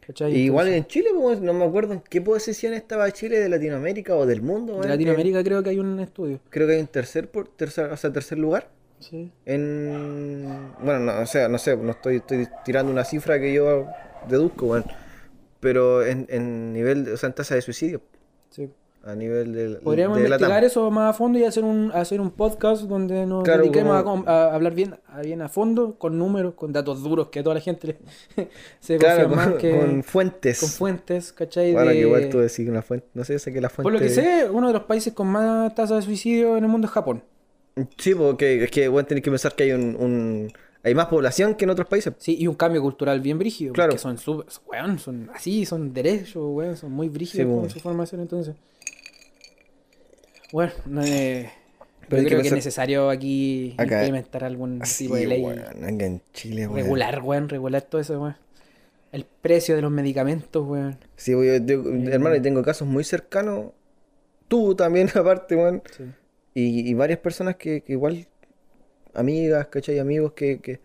Speaker 2: ¿Cachai?
Speaker 3: Y igual
Speaker 2: Entonces,
Speaker 3: en Chile, po, weón, no me acuerdo en qué posición estaba Chile de Latinoamérica o del mundo,
Speaker 2: de
Speaker 3: weón.
Speaker 2: Latinoamérica creo que hay un estudio.
Speaker 3: En- creo que hay un tercer, por, tercer, o sea, tercer lugar.
Speaker 2: Sí.
Speaker 3: En. Bueno, no, o sea, no sé, no estoy, estoy tirando una cifra que yo deduzco, weón. Pero en, en nivel, de- o sea, en tasa de suicidio,
Speaker 2: sí.
Speaker 3: a nivel del.
Speaker 2: Podríamos
Speaker 3: de la
Speaker 2: investigar
Speaker 3: TAM.
Speaker 2: eso más a fondo y hacer un, hacer un podcast donde nos
Speaker 3: Claro,
Speaker 2: dediquemos a
Speaker 3: como-
Speaker 2: com- a, hablar bien a, bien a fondo, con números, con datos duros que a toda la gente le, (laughs) se
Speaker 3: Claro,
Speaker 2: confía más
Speaker 3: con,
Speaker 2: que
Speaker 3: con fuentes.
Speaker 2: con fuentes, ¿cachai?
Speaker 3: Ahora que
Speaker 2: De-
Speaker 3: igual tú decís una fuente. No sé, yo sé que la fuente.
Speaker 2: Por lo que sé, uno de los países con más tasa de suicidio en el mundo es Japón.
Speaker 3: Sí, porque es que bueno, tenés que pensar que hay un, un- hay más población que en otros países.
Speaker 2: Sí, y un cambio cultural bien brígido.
Speaker 3: Claro.
Speaker 2: Porque son súper, son- weón, son así, son derechos, weón, son muy brígidos
Speaker 3: Sí,
Speaker 2: con
Speaker 3: weón.
Speaker 2: su formación entonces. Bueno, no, eh,
Speaker 3: Pero hay
Speaker 2: yo
Speaker 3: que
Speaker 2: creo que, es
Speaker 3: pensar-
Speaker 2: necesario aquí
Speaker 3: Acá-
Speaker 2: implementar algún tipo de
Speaker 3: Sí,
Speaker 2: ley
Speaker 3: weón, acá en Chile, weón.
Speaker 2: regular, weón, regular todo eso, weón. El precio de los medicamentos, weón.
Speaker 3: Sí, weón, yo- yo- hermano, y tengo casos muy cercanos. Tú también, (laughs) aparte, weón. Y, y varias personas que, que igual, amigas, ¿cachai? Amigos que, que,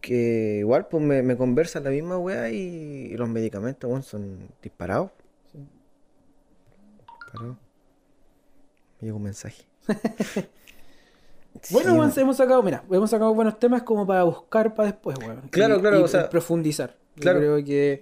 Speaker 3: que igual pues me, me conversan la misma weá y, los medicamentos, weón, son disparados. Disparados. Me llegó un (laughs) mensaje. Sí,
Speaker 2: Bueno, weón, hemos sacado, mira, hemos sacado buenos temas como para buscar para después, weón.
Speaker 3: Claro,
Speaker 2: Y-
Speaker 3: claro,
Speaker 2: y-
Speaker 3: o sea,
Speaker 2: y profundizar. Yo
Speaker 3: claro.
Speaker 2: creo que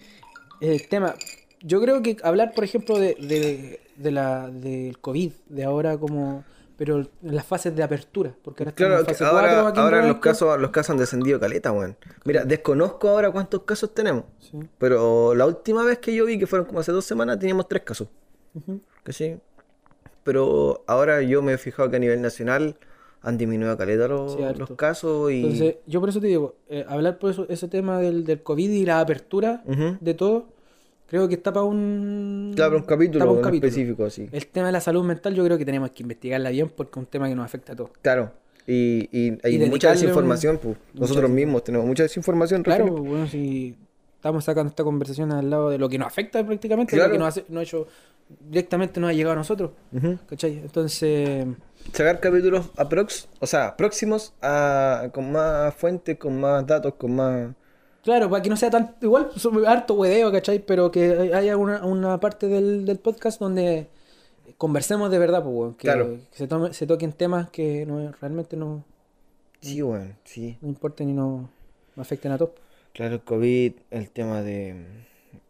Speaker 2: el tema, yo creo que hablar, por ejemplo, de, de, de la, del COVID, de ahora como, pero en las fases de apertura, porque ahora estamos
Speaker 3: Claro,
Speaker 2: en fase
Speaker 3: ahora,
Speaker 2: 4 aquí en
Speaker 3: ahora los,
Speaker 2: Renaico.
Speaker 3: casos, los casos han descendido caleta, weón. Mira, desconozco ahora cuántos casos tenemos,
Speaker 2: Sí.
Speaker 3: pero la última vez que yo vi, que fueron como hace dos semanas, teníamos tres casos.
Speaker 2: Ujú.
Speaker 3: ¿Cachai? Pero ahora yo me he fijado que a nivel nacional han disminuido caleta los,
Speaker 2: Sí, harto.
Speaker 3: los casos y...
Speaker 2: Entonces, yo por eso te digo, eh, hablar por eso, ese tema del, del COVID y la apertura
Speaker 3: Ujú.
Speaker 2: de todo, creo que está para un...
Speaker 3: Claro, un
Speaker 2: está
Speaker 3: capítulo,
Speaker 2: pa' un
Speaker 3: en
Speaker 2: capítulo.
Speaker 3: específico, así.
Speaker 2: El tema de la salud mental yo creo que tenemos que investigarla bien porque es un tema que nos afecta a todos.
Speaker 3: Claro. Y, y hay
Speaker 2: dedicarle
Speaker 3: mucha
Speaker 2: un-
Speaker 3: desinformación, pues. Nosotros mismos tenemos mucha desinformación.
Speaker 2: Claro, pues,
Speaker 3: respecto-
Speaker 2: bueno, si estamos sacando esta conversación al lado de lo que nos afecta prácticamente, de lo
Speaker 3: Claro.
Speaker 2: que nos hace- nos ha hecho, directamente nos ha llegado a nosotros,
Speaker 3: Ujú.
Speaker 2: ¿cachai? Entonces,
Speaker 3: Sacar capítulos aprox, o sea, próximos a, con más fuentes, con más datos, con más...
Speaker 2: claro, para que no sea tan, igual, sobre- harto hueveo, ¿cachai? Pero que hay- haya una, una parte del, del podcast donde conversemos de verdad, pues, weón, que,
Speaker 3: Claro.
Speaker 2: que se, tome- se toquen temas que no, realmente no,
Speaker 3: Sí, bueno, sí.
Speaker 2: no importen y no, no afecten a todos.
Speaker 3: Claro, el COVID, el tema de...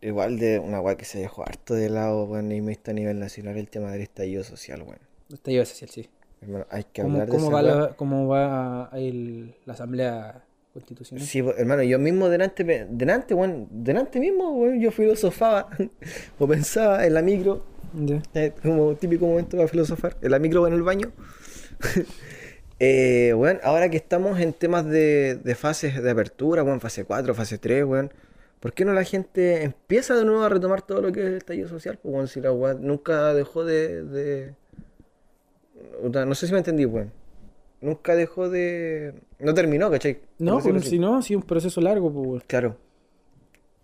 Speaker 3: Igual de una weá que se dejó harto de lado, bueno, y me está a nivel nacional el tema del estallido social, bueno.
Speaker 2: Este yo ese sí, el sí.
Speaker 3: Hermano, hay que
Speaker 2: ¿Cómo,
Speaker 3: hablar de
Speaker 2: cómo
Speaker 3: esa
Speaker 2: va
Speaker 3: weá.
Speaker 2: la, cómo va el- la Asamblea Constitucional?
Speaker 3: Sí, po, hermano, yo mismo delante, (laughs) me- delante, weón, delante mismo, weón, yo filosofaba o pensaba en la micro
Speaker 2: Ya.
Speaker 3: Eh, como un típico momento para filosofar, en la micro o en el baño. (laughs) Eh, weón, ahora que estamos en temas de, de fases de apertura, weón, fase 4, fase 3, weón, ¿por qué no la gente empieza de nuevo a retomar todo lo que es el estallido social? Pues, weón, si la weá nunca dejó de, de- o sea, No sé si me entendí, weón. Nunca dejó de... No terminó, ¿cachai? Por
Speaker 2: No,
Speaker 3: decirlo
Speaker 2: pues,
Speaker 3: así.
Speaker 2: si no, sí, un proceso largo, pues, weón.
Speaker 3: Claro.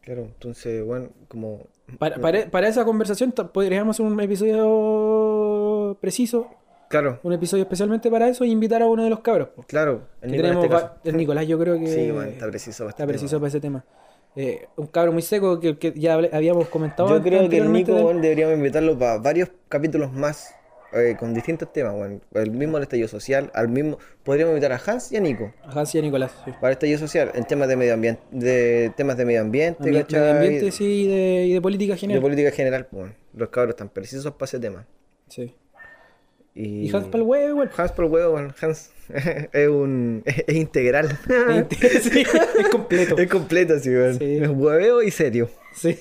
Speaker 3: Claro, entonces, weón, como...
Speaker 2: Para, para- para esa conversación ta- podríamos hacer un episodio preciso,
Speaker 3: Claro,
Speaker 2: un episodio especialmente para eso, y invitar a uno de los cabros. po.
Speaker 3: claro. El Nico
Speaker 2: Que
Speaker 3: en
Speaker 2: tenemos
Speaker 3: este
Speaker 2: va-
Speaker 3: caso.
Speaker 2: el Nicolás, yo creo que
Speaker 3: Sí, weón, está preciso para este
Speaker 2: está preciso
Speaker 3: tema.
Speaker 2: para ese tema. Eh, un cabro muy seco que, que ya hable- habíamos comentado
Speaker 3: Yo creo que el
Speaker 2: anteriormente
Speaker 3: Nico,
Speaker 2: de él.
Speaker 3: weón, deberíamos invitarlo para varios capítulos más eh, con distintos temas, weón. El mismo el estallido social, al mismo. Podríamos invitar a Hans y a Nico
Speaker 2: Ajá, sí, a Nicolás. sí.
Speaker 3: para el estallido social, en temas de medio ambiente, de temas de medio ambiente,
Speaker 2: Ambi-
Speaker 3: ¿cachai?
Speaker 2: medio ambiente, sí, y de, y de política
Speaker 3: de
Speaker 2: general.
Speaker 3: política general, pues, weón. Los cabros están precisos para ese tema.
Speaker 2: Sí.
Speaker 3: Y,
Speaker 2: Y Hans pa'l
Speaker 3: (laughs)
Speaker 2: huevo igual.
Speaker 3: Hans por huevo, weón. Hans (laughs) es un es integral. (laughs)
Speaker 2: Sí, (laughs) es completo.
Speaker 3: es completo, sí, weón.
Speaker 2: Sí.
Speaker 3: Es hueveo y serio.
Speaker 2: (laughs) Sí.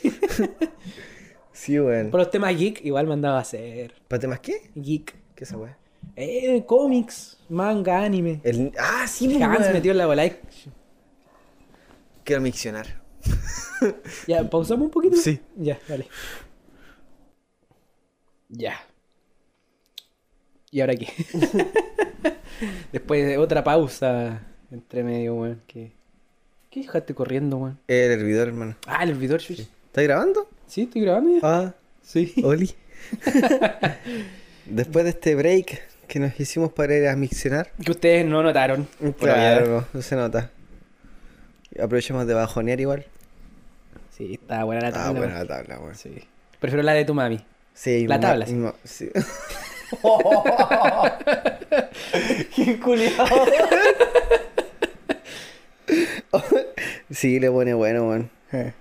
Speaker 3: Sí, weón.
Speaker 2: Por los temas geek, igual mandaba a hacer.
Speaker 3: ¿Para temas qué?
Speaker 2: Geek.
Speaker 3: ¿Qué es esa weá?
Speaker 2: Eh, cómics, manga, anime.
Speaker 3: El... Ah, sí, pues,
Speaker 2: Hans
Speaker 3: weón.
Speaker 2: metió en la bola. eh.
Speaker 3: Quiero miccionar.
Speaker 2: Ya, pausamos un poquito.
Speaker 3: Sí.
Speaker 2: Ya, dale. Ya. ¿Y ahora
Speaker 3: (laughs)
Speaker 2: qué? Después de otra pausa entre medio, weón. Que... ¿Qué dejaste corriendo, weón?
Speaker 3: El hervidor, hermano.
Speaker 2: Ah, el hervidor, chucha.
Speaker 3: ¿Estás grabando?
Speaker 2: Sí, estoy grabando ya.
Speaker 3: Ah,
Speaker 2: Sí.
Speaker 3: Oli. (laughs) Después de este break que nos hicimos para ir a miccionar.
Speaker 2: Que ustedes no notaron.
Speaker 3: Claro, no se nota. Aprovechamos de bajonear igual.
Speaker 2: Sí, está buena la tabla.
Speaker 3: Ah, bueno, la
Speaker 2: weón.
Speaker 3: tabla, weón.
Speaker 2: Sí. Prefiero la de
Speaker 3: (laughs)
Speaker 2: tu mami.
Speaker 3: Sí,
Speaker 2: La
Speaker 3: mi
Speaker 2: tabla,
Speaker 3: ma-
Speaker 2: sí.
Speaker 3: mi ma- sí. (laughs)
Speaker 2: ¡Qué culiado!
Speaker 3: Sí, le pone bueno, weón.
Speaker 2: (laughs) Eh.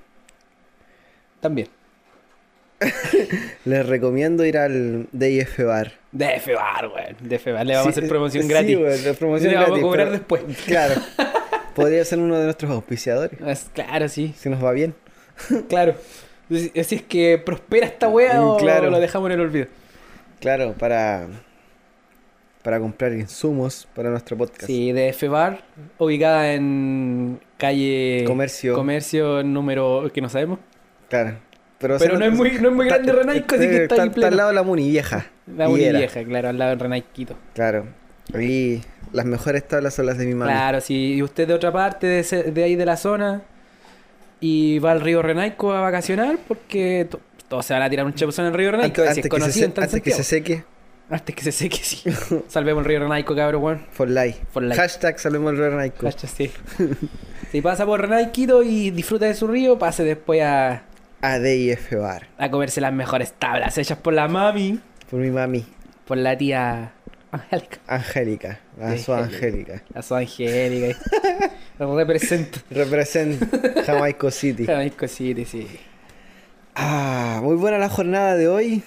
Speaker 2: También.
Speaker 3: Les recomiendo ir al DIF Bar.
Speaker 2: De Febar, weón. De Febar. Le vamos
Speaker 3: Sí,
Speaker 2: a hacer promoción
Speaker 3: sí,
Speaker 2: gratis.
Speaker 3: weón, la promoción
Speaker 2: Le vamos a
Speaker 3: gratis,
Speaker 2: cobrar
Speaker 3: pero-
Speaker 2: después. (laughs)
Speaker 3: Claro. Podría ser uno de nuestros auspiciadores.
Speaker 2: Es- claro, sí.
Speaker 3: Si nos va bien.
Speaker 2: Claro. Si si es que prospera esta wea o
Speaker 3: Mm, Claro.
Speaker 2: lo dejamos en el olvido.
Speaker 3: Claro, para. Para comprar insumos para nuestro podcast.
Speaker 2: Sí, de Febar, ubicada en calle
Speaker 3: Comercio.
Speaker 2: Comercio número que no sabemos.
Speaker 3: Claro. Pero,
Speaker 2: Pero
Speaker 3: se
Speaker 2: no es muy, no es muy
Speaker 3: Ta-
Speaker 2: grande Renaico, así que
Speaker 3: eh,
Speaker 2: está ahí
Speaker 3: al
Speaker 2: pleno.
Speaker 3: lado de la Muni vieja.
Speaker 2: La uni
Speaker 3: Higuera.
Speaker 2: vieja, claro, al lado de Renaiquito.
Speaker 3: Claro. Y las mejores tablas son las de mi mami.
Speaker 2: Claro, si y usted de otra parte de, ese- de ahí de la zona y va al río Renaico a vacacionar, porque to- todos se van a tirar un chapuzón en el río Renaico, si es
Speaker 3: que, se,
Speaker 2: conocido
Speaker 3: se-
Speaker 2: en tan
Speaker 3: antes que se
Speaker 2: Santiago.
Speaker 3: seque,
Speaker 2: Antes que se seque, sí.
Speaker 3: (laughs)
Speaker 2: Salvemos el río Renaico, cabrón, weón.
Speaker 3: for life.
Speaker 2: For life.
Speaker 3: Hashtag salvemos el Renaico. (laughs)
Speaker 2: Cacha, sí. si pasa por Renaiquito y disfruta de su río, pase después a,
Speaker 3: ADIF Bar.
Speaker 2: a comerse las mejores tablas hechas por la mami,
Speaker 3: Por mi mami,
Speaker 2: por la tía Angélica.
Speaker 3: Angélica. La
Speaker 2: Sí,
Speaker 3: su Angélica.
Speaker 2: La su Angélica.
Speaker 3: (laughs)
Speaker 2: Lo represento.
Speaker 3: Represent Jamaica
Speaker 2: (laughs)
Speaker 3: City.
Speaker 2: Renaico City, sí.
Speaker 3: Ah, muy buena la jornada de hoy.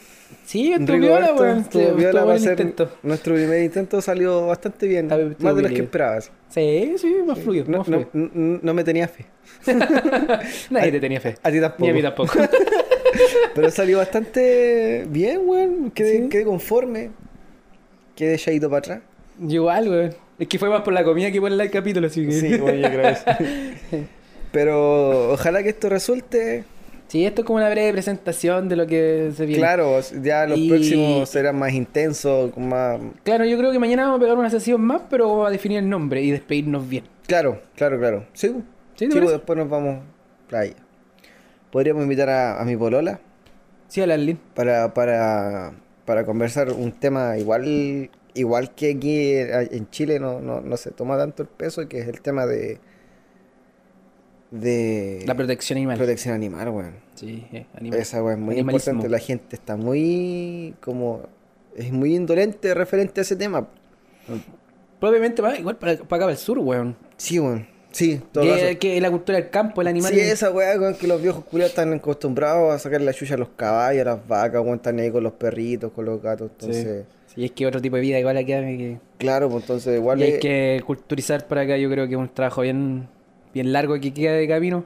Speaker 2: Sí, estuvo
Speaker 3: Rigoberto,
Speaker 2: viola, weón.
Speaker 3: estuvo
Speaker 2: Estuvo
Speaker 3: viola, va a
Speaker 2: buen
Speaker 3: ser-
Speaker 2: intento.
Speaker 3: Nuestro primer intento salió bastante bien.
Speaker 2: Está- estuvo
Speaker 3: Más de lo
Speaker 2: bien.
Speaker 3: que esperabas.
Speaker 2: Sí, sí, más fluido.
Speaker 3: No,
Speaker 2: más
Speaker 3: no,
Speaker 2: fluido.
Speaker 3: no- no me tenía fe.
Speaker 2: Nadie te tenía fe.
Speaker 3: A ti tampoco.
Speaker 2: (laughs) Ni a mí tampoco.
Speaker 3: (laughs) Pero salió bastante bien, weón. Quedé,
Speaker 2: Sí.
Speaker 3: quedé conforme. Quedé ya ido para atrás.
Speaker 2: Igual, weón. Es que fue más por la comida que por el capítulo, así que. (laughs)
Speaker 3: bueno, yo creo eso. (laughs) Pero ojalá que esto resulte.
Speaker 2: Sí, esto es como una breve presentación de lo que se viene.
Speaker 3: Claro, ya los
Speaker 2: Y-
Speaker 3: próximos serán más intensos, con más...
Speaker 2: Claro, yo creo que mañana vamos a pegar una sesión más, pero vamos a definir el nombre y despedirnos bien.
Speaker 3: Claro, claro, claro. Sí, bu.
Speaker 2: ¿Sí, te
Speaker 3: bu,
Speaker 2: parece?
Speaker 3: después nos vamos playa. Podríamos invitar a, a mi polola
Speaker 2: Sí, a la Lin.
Speaker 3: para, para, para conversar un tema igual igual que aquí eh, en Chile no, no, no se toma tanto el peso, que es el tema de... de
Speaker 2: La protección animal.
Speaker 3: protección animal, weón.
Speaker 2: sí, eh, animal.
Speaker 3: Esa weón es muy
Speaker 2: Animalismo.
Speaker 3: importante, la gente está muy como... Es muy indolente referente a ese tema.
Speaker 2: Probablemente va igual para, para acá, para el sur, weón.
Speaker 3: Sí, weón. Sí, en todo caso.
Speaker 2: Que, que la cultura del campo, el animal.
Speaker 3: Sí, esa weá, weón, que los viejos culiados están acostumbrados a sacar la chucha a los caballos, a las vacas, weón, están ahí con los perritos, con los gatos,
Speaker 2: Sí.
Speaker 3: entonces...
Speaker 2: Sí, es que otro tipo de vida igual acá. eh, Que...
Speaker 3: Claro, pues entonces igual
Speaker 2: Y hay
Speaker 3: es-
Speaker 2: que culturizar para acá, yo creo que es un trabajo bien, bien largo que queda de camino.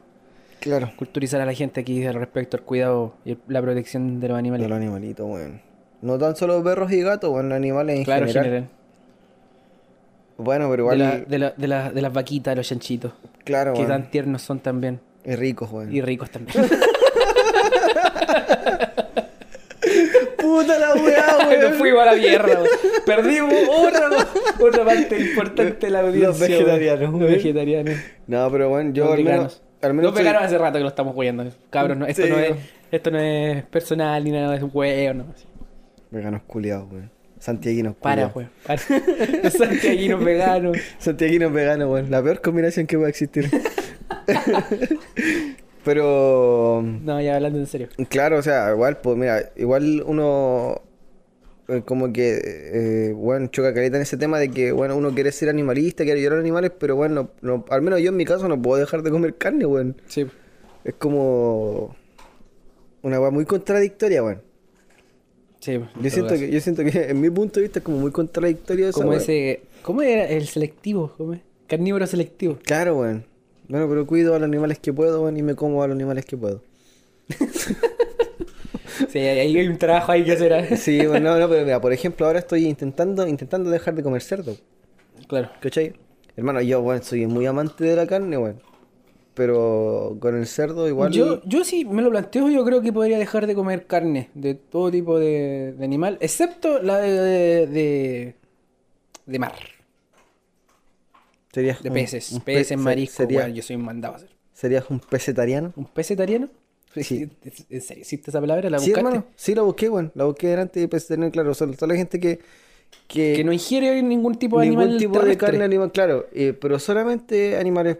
Speaker 3: Claro.
Speaker 2: Culturizar a la gente aquí al respecto al cuidado y la protección de los animales.
Speaker 3: De los animalitos, weón. No tan solo perros y gatos, weón, animales en
Speaker 2: claro, en
Speaker 3: general.
Speaker 2: general.
Speaker 3: Bueno, pero
Speaker 2: De,
Speaker 3: igual, Ah,
Speaker 2: la- de la- de la- de las vaquitas, de los chanchitos.
Speaker 3: claro,
Speaker 2: Que
Speaker 3: weón.
Speaker 2: tan tiernos son también.
Speaker 3: Y ricos, weón.
Speaker 2: Y ricos
Speaker 3: (laughs)
Speaker 2: también. (laughs)
Speaker 3: Puta
Speaker 2: (laughs)
Speaker 3: la weá,
Speaker 2: Nos fuimos a la mierda. weón. Perdimos otra, otra parte importante de la audiencia.
Speaker 3: Los
Speaker 2: weón.
Speaker 3: vegetarianos,
Speaker 2: Los
Speaker 3: weón.
Speaker 2: vegetarianos.
Speaker 3: No, pero bueno, yo
Speaker 2: Los
Speaker 3: al menos,
Speaker 2: veganos.
Speaker 3: al menos
Speaker 2: Los
Speaker 3: soy-
Speaker 2: veganos hace rato que lo estamos jugando. Cabros, no, esto,
Speaker 3: Sí,
Speaker 2: no es,
Speaker 3: weón.
Speaker 2: esto no es personal ni nada, es huevo. No.
Speaker 3: Veganos culiados, weón. Santiaguinos
Speaker 2: Para,
Speaker 3: culiados.
Speaker 2: weón. Para. (laughs) Los santiaguinos veganos.
Speaker 3: Santiaguinos veganos, weón. La peor combinación que pueda existir. (laughs) pero...
Speaker 2: No, ya hablando en serio.
Speaker 3: Claro, o sea, igual, pues mira, igual uno eh, como que, eh, bueno, choca caleta en ese tema de que, bueno, uno quiere ser animalista, quiere llorar animales, pero bueno, no, al menos yo en mi caso no puedo dejar de comer carne, weón.
Speaker 2: Sí.
Speaker 3: Es como una weá muy contradictoria, weón.
Speaker 2: Sí, en
Speaker 3: Yo
Speaker 2: todo
Speaker 3: siento
Speaker 2: caso.
Speaker 3: que, yo siento que en mi punto de vista es como muy contradictorio esa
Speaker 2: Como
Speaker 3: weá.
Speaker 2: ese. ¿Cómo era el selectivo? ¿Cómo es? Carnívoro selectivo.
Speaker 3: Claro, weón. Bueno, pero cuido a los animales que puedo, weón, y me como a los animales que puedo.
Speaker 2: Sí, ahí hay un trabajo ahí que hacer. ¿eh?
Speaker 3: Sí, weón, no, no, pero mira, por ejemplo, ahora estoy intentando, intentando dejar de comer cerdo.
Speaker 2: Claro.
Speaker 3: ¿Cachai? Hermano, yo, weón, soy muy amante de la carne, weón. Pero con el cerdo igual...
Speaker 2: Yo, yo sí me lo planteo, yo creo que podría dejar de comer carne de todo tipo de, de animal, excepto la de, de, de- de mar,
Speaker 3: serías
Speaker 2: de
Speaker 3: un-
Speaker 2: peces,
Speaker 3: un pe-
Speaker 2: peces,
Speaker 3: se-
Speaker 2: marisco,
Speaker 3: sería-
Speaker 2: weón, yo soy un mandado a hacer.
Speaker 3: ¿Serías un pesetariano?
Speaker 2: ¿Un pesetariano?
Speaker 3: Sí.
Speaker 2: (laughs) ¿En serio existe esa palabra? ¿La
Speaker 3: Sí,
Speaker 2: buscaste?
Speaker 3: hermano. Sí, la busqué, weón. La busqué delante de pesetariano, claro. Solo, solo hay gente que... Que,
Speaker 2: Que no ingiere ningún tipo de
Speaker 3: Eh, ningún
Speaker 2: animal
Speaker 3: tipo de
Speaker 2: terrestre.
Speaker 3: carne animal, claro. eh, pero solamente animales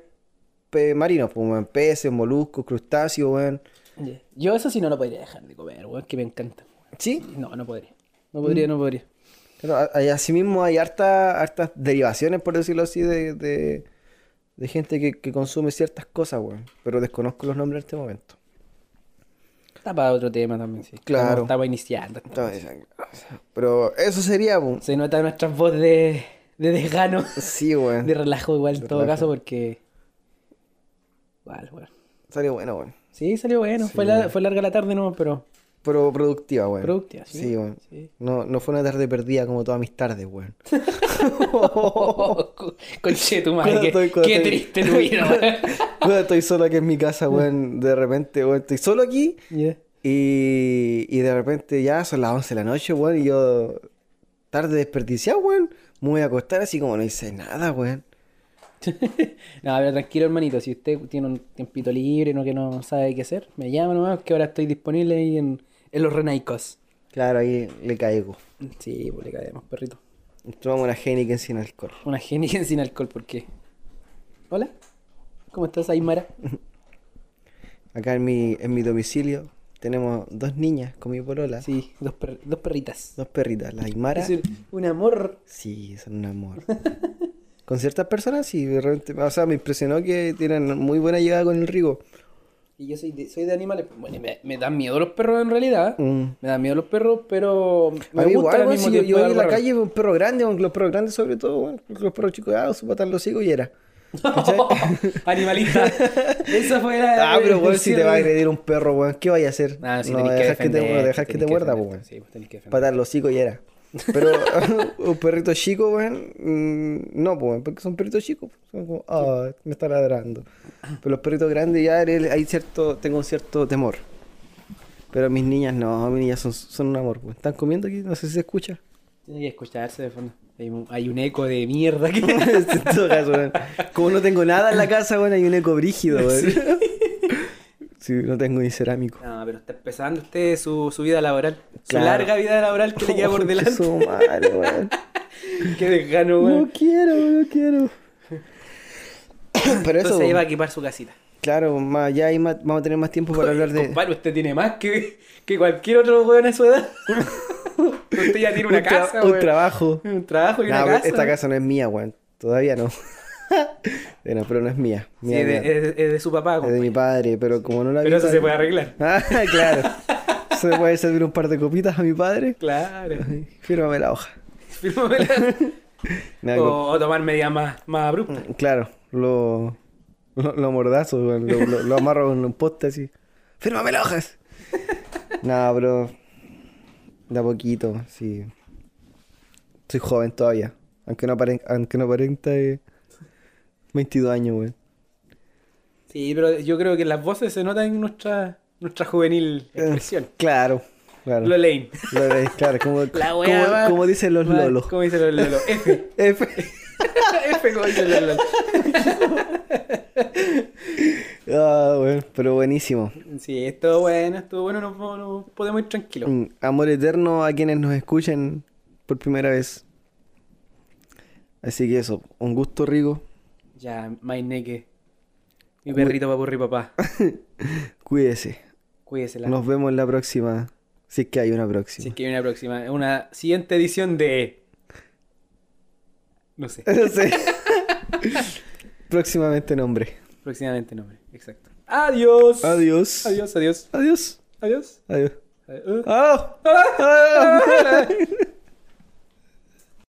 Speaker 3: pe- marinos, pues, weón. Peces, moluscos, crustáceos, weón.
Speaker 2: Ya. Yo eso sí no lo podría dejar de comer, weón, que me encanta.
Speaker 3: Sí.
Speaker 2: No, no podría. No
Speaker 3: Mm.
Speaker 2: podría, no podría.
Speaker 3: Pero a- hay- asimismo hay harta- hartas derivaciones, por decirlo así, de, de, de gente que, que consume ciertas cosas, weón. Pero desconozco los nombres en este momento.
Speaker 2: Está para otro tema también, sí.
Speaker 3: Claro.
Speaker 2: Estamos- Estamos iniciando.
Speaker 3: Entonces, pero eso sería, weón.
Speaker 2: Se nota nuestras voz de,
Speaker 3: (laughs)
Speaker 2: de desgano.
Speaker 3: Sí, weón.
Speaker 2: De relajo igual en
Speaker 3: De
Speaker 2: todo
Speaker 3: relajo.
Speaker 2: caso porque... Igual, bueno.
Speaker 3: Sería bueno, weón.
Speaker 2: Sí, salió bueno. Fue, la- fue larga la tarde nomás, pero
Speaker 3: Pero productiva, weón.
Speaker 2: productiva. Sí,
Speaker 3: Sí, weón.
Speaker 2: Sí. (laughs)
Speaker 3: No, no fue una tarde perdida como todas mis tardes, (laughs) weón.
Speaker 2: Conche tu madre,
Speaker 3: Cuando
Speaker 2: qué,
Speaker 3: estoy- cuando
Speaker 2: qué
Speaker 3: estoy-
Speaker 2: triste tu
Speaker 3: (laughs)
Speaker 2: vida, weón.
Speaker 3: Weón, estoy solo aquí en mi casa, weón. De repente, weón, estoy solo aquí.
Speaker 2: Ya.
Speaker 3: Y, y de repente ya son las 11 de la noche, weón, y yo tarde desperdiciado, weón. Me voy a acostar así como no hice nada, weón.
Speaker 2: No, pero tranquilo, hermanito. Si usted tiene un tiempito libre, no que no sabe qué hacer, me llama nomás, que ahora estoy disponible ahí en, en los renaicos.
Speaker 3: Claro, ahí le caigo.
Speaker 2: Sí, pues le caemos, perrito.
Speaker 3: Tomamos una Heineken sin alcohol.
Speaker 2: Una genia (laughs) sin alcohol, ¿por qué? Hola, ¿cómo estás, Aymara?
Speaker 3: Acá en mi, en mi domicilio tenemos dos niñas con mi polola.
Speaker 2: Sí, dos, per- dos perritas.
Speaker 3: Dos perritas, la Aymara.
Speaker 2: Es un- un amor
Speaker 3: Sí, son un amor. con ciertas personas sí, de repente, o sea, me impresionó que tienen muy buena llegada con el Rigo.
Speaker 2: Y yo soy de, soy de animales. Bueno, me, me dan miedo los perros en realidad.
Speaker 3: Mm.
Speaker 2: Me dan miedo los perros, pero me
Speaker 3: a mí igual,
Speaker 2: gustan al
Speaker 3: weón,
Speaker 2: mismo
Speaker 3: si yo, yo
Speaker 2: tiempo,
Speaker 3: voy en la
Speaker 2: algo (laughs)
Speaker 3: calle un perro grande, weón, los perros grandes sobre todo, weón, los perros chicos, ah, su patan los hocico y era.
Speaker 2: (laughs) raro. Animalista. Esa Oh, fue la.
Speaker 3: Ah, pero weón,
Speaker 2: el
Speaker 3: si te
Speaker 2: cierre.
Speaker 3: va a agredir un perro, weón, ¿qué vaya a hacer?
Speaker 2: Ah, sí,
Speaker 3: no,
Speaker 2: tenés que
Speaker 3: dejas que te,
Speaker 2: defenderte,
Speaker 3: no dejas que te
Speaker 2: tenés
Speaker 3: muerda,
Speaker 2: defenderte.
Speaker 3: weón.
Speaker 2: Sí, pues tenés que defenderte.
Speaker 3: Patar los hocico y era. Pero (laughs) un perrito chico, weón, mm, no, pues, weón, porque son perritos chicos, son como, ah, me está ladrando. Pero los perritos grandes ya eres- hay cierto, tengo un cierto temor. Pero mis niñas no, mis niñas son, son un amor, weón. ¿Están comiendo aquí? No sé si se escucha.
Speaker 2: Tiene que escucharse de fondo. Hay un, hay un eco de mierda
Speaker 3: (laughs)
Speaker 2: que.
Speaker 3: En todo caso, weón. Como no tengo nada en la casa, bueno, hay un eco brígido, weón. Sí. no tengo ni cerámico.
Speaker 2: (laughs) No, pero está empezando usted su, su vida laboral.
Speaker 3: Claro.
Speaker 2: Su larga vida laboral que le queda por
Speaker 3: Oh, (laughs)
Speaker 2: delante.
Speaker 3: su madre,
Speaker 2: (laughs)
Speaker 3: weón.
Speaker 2: Qué desgano,
Speaker 3: No
Speaker 2: weón.
Speaker 3: quiero, no quiero. Pero eso,
Speaker 2: Entonces ahí va a equipar su casita.
Speaker 3: claro, más, ya ahí más- vamos a tener más tiempo para hablar de...
Speaker 2: Compadre, usted tiene más que, que cualquier otro weón a su
Speaker 3: (laughs)
Speaker 2: edad. usted ya tiene una
Speaker 3: un tra-
Speaker 2: casa,
Speaker 3: un
Speaker 2: weón.
Speaker 3: trabajo.
Speaker 2: Un trabajo y
Speaker 3: Nah,
Speaker 2: una
Speaker 3: pero
Speaker 2: casa.
Speaker 3: Esta casa no es mía, weón. Todavía no. (laughs) bueno, pero no es mía.
Speaker 2: Sí,
Speaker 3: Mía,
Speaker 2: es de,
Speaker 3: mía.
Speaker 2: es de- es de su papá.
Speaker 3: Es de mi padre, pero como no la
Speaker 2: Pero
Speaker 3: vi
Speaker 2: eso
Speaker 3: tan-
Speaker 2: se puede arreglar.
Speaker 3: (laughs) Ah,
Speaker 2: (laughs)
Speaker 3: claro. Se me puede servir un par de copitas a mi padre. (laughs)
Speaker 2: Claro. (laughs)
Speaker 3: Fírmame la hoja.
Speaker 2: Fírmamela.
Speaker 3: Me hago-
Speaker 2: Oh. o, o tomar medidas más, más abruptas.
Speaker 3: Claro, lo, Lo, lo mordazo, weón. Lo, lo-
Speaker 2: (laughs)
Speaker 3: lo amarro en un poste así. ¡Fírmame las hojas! Nada, bro. De a poquito, sí. Soy joven todavía. Aunque no, aparen- aunque no aparenta eh, 22 años, weón.
Speaker 2: Sí, pero yo creo que las voces se notan en nuestra, nuestra juvenil expresión.
Speaker 3: Claro, claro.
Speaker 2: Lo Lane.
Speaker 3: Lo- eh, claro, como,
Speaker 2: (laughs) La
Speaker 3: como,
Speaker 2: wea va-
Speaker 3: como dicen los
Speaker 2: va- (laughs)
Speaker 3: lolos.
Speaker 2: Como dicen los lolos.
Speaker 3: (laughs)
Speaker 2: F.
Speaker 3: F.
Speaker 2: F como dicen los lolos.
Speaker 3: Ah, weón, pero buenísimo.
Speaker 2: Sí, estuvo bueno, estuvo bueno, nos, vamos- nos podemos ir tranquilos.
Speaker 3: Mm, Amor eterno a quienes nos escuchen por primera vez. Así que eso, un gusto rico.
Speaker 2: Ya, my neque. Mi perrito papurri papá.
Speaker 3: Cuídese.
Speaker 2: Cuídesela.
Speaker 3: Nos vemos en la próxima. Si es que hay una próxima.
Speaker 2: Si es que hay una próxima, una siguiente edición de. E. No sé,
Speaker 3: (laughs) No sé. Próximamente nombre.
Speaker 2: próximamente nombre, exacto. Adiós.
Speaker 3: Adiós.
Speaker 2: Adiós, Ah, adiós.
Speaker 3: (laughs) Adiós.
Speaker 2: Adiós.
Speaker 3: Adiós.
Speaker 2: Adiós.
Speaker 3: (laughs) ¡Ah! ¡Ah!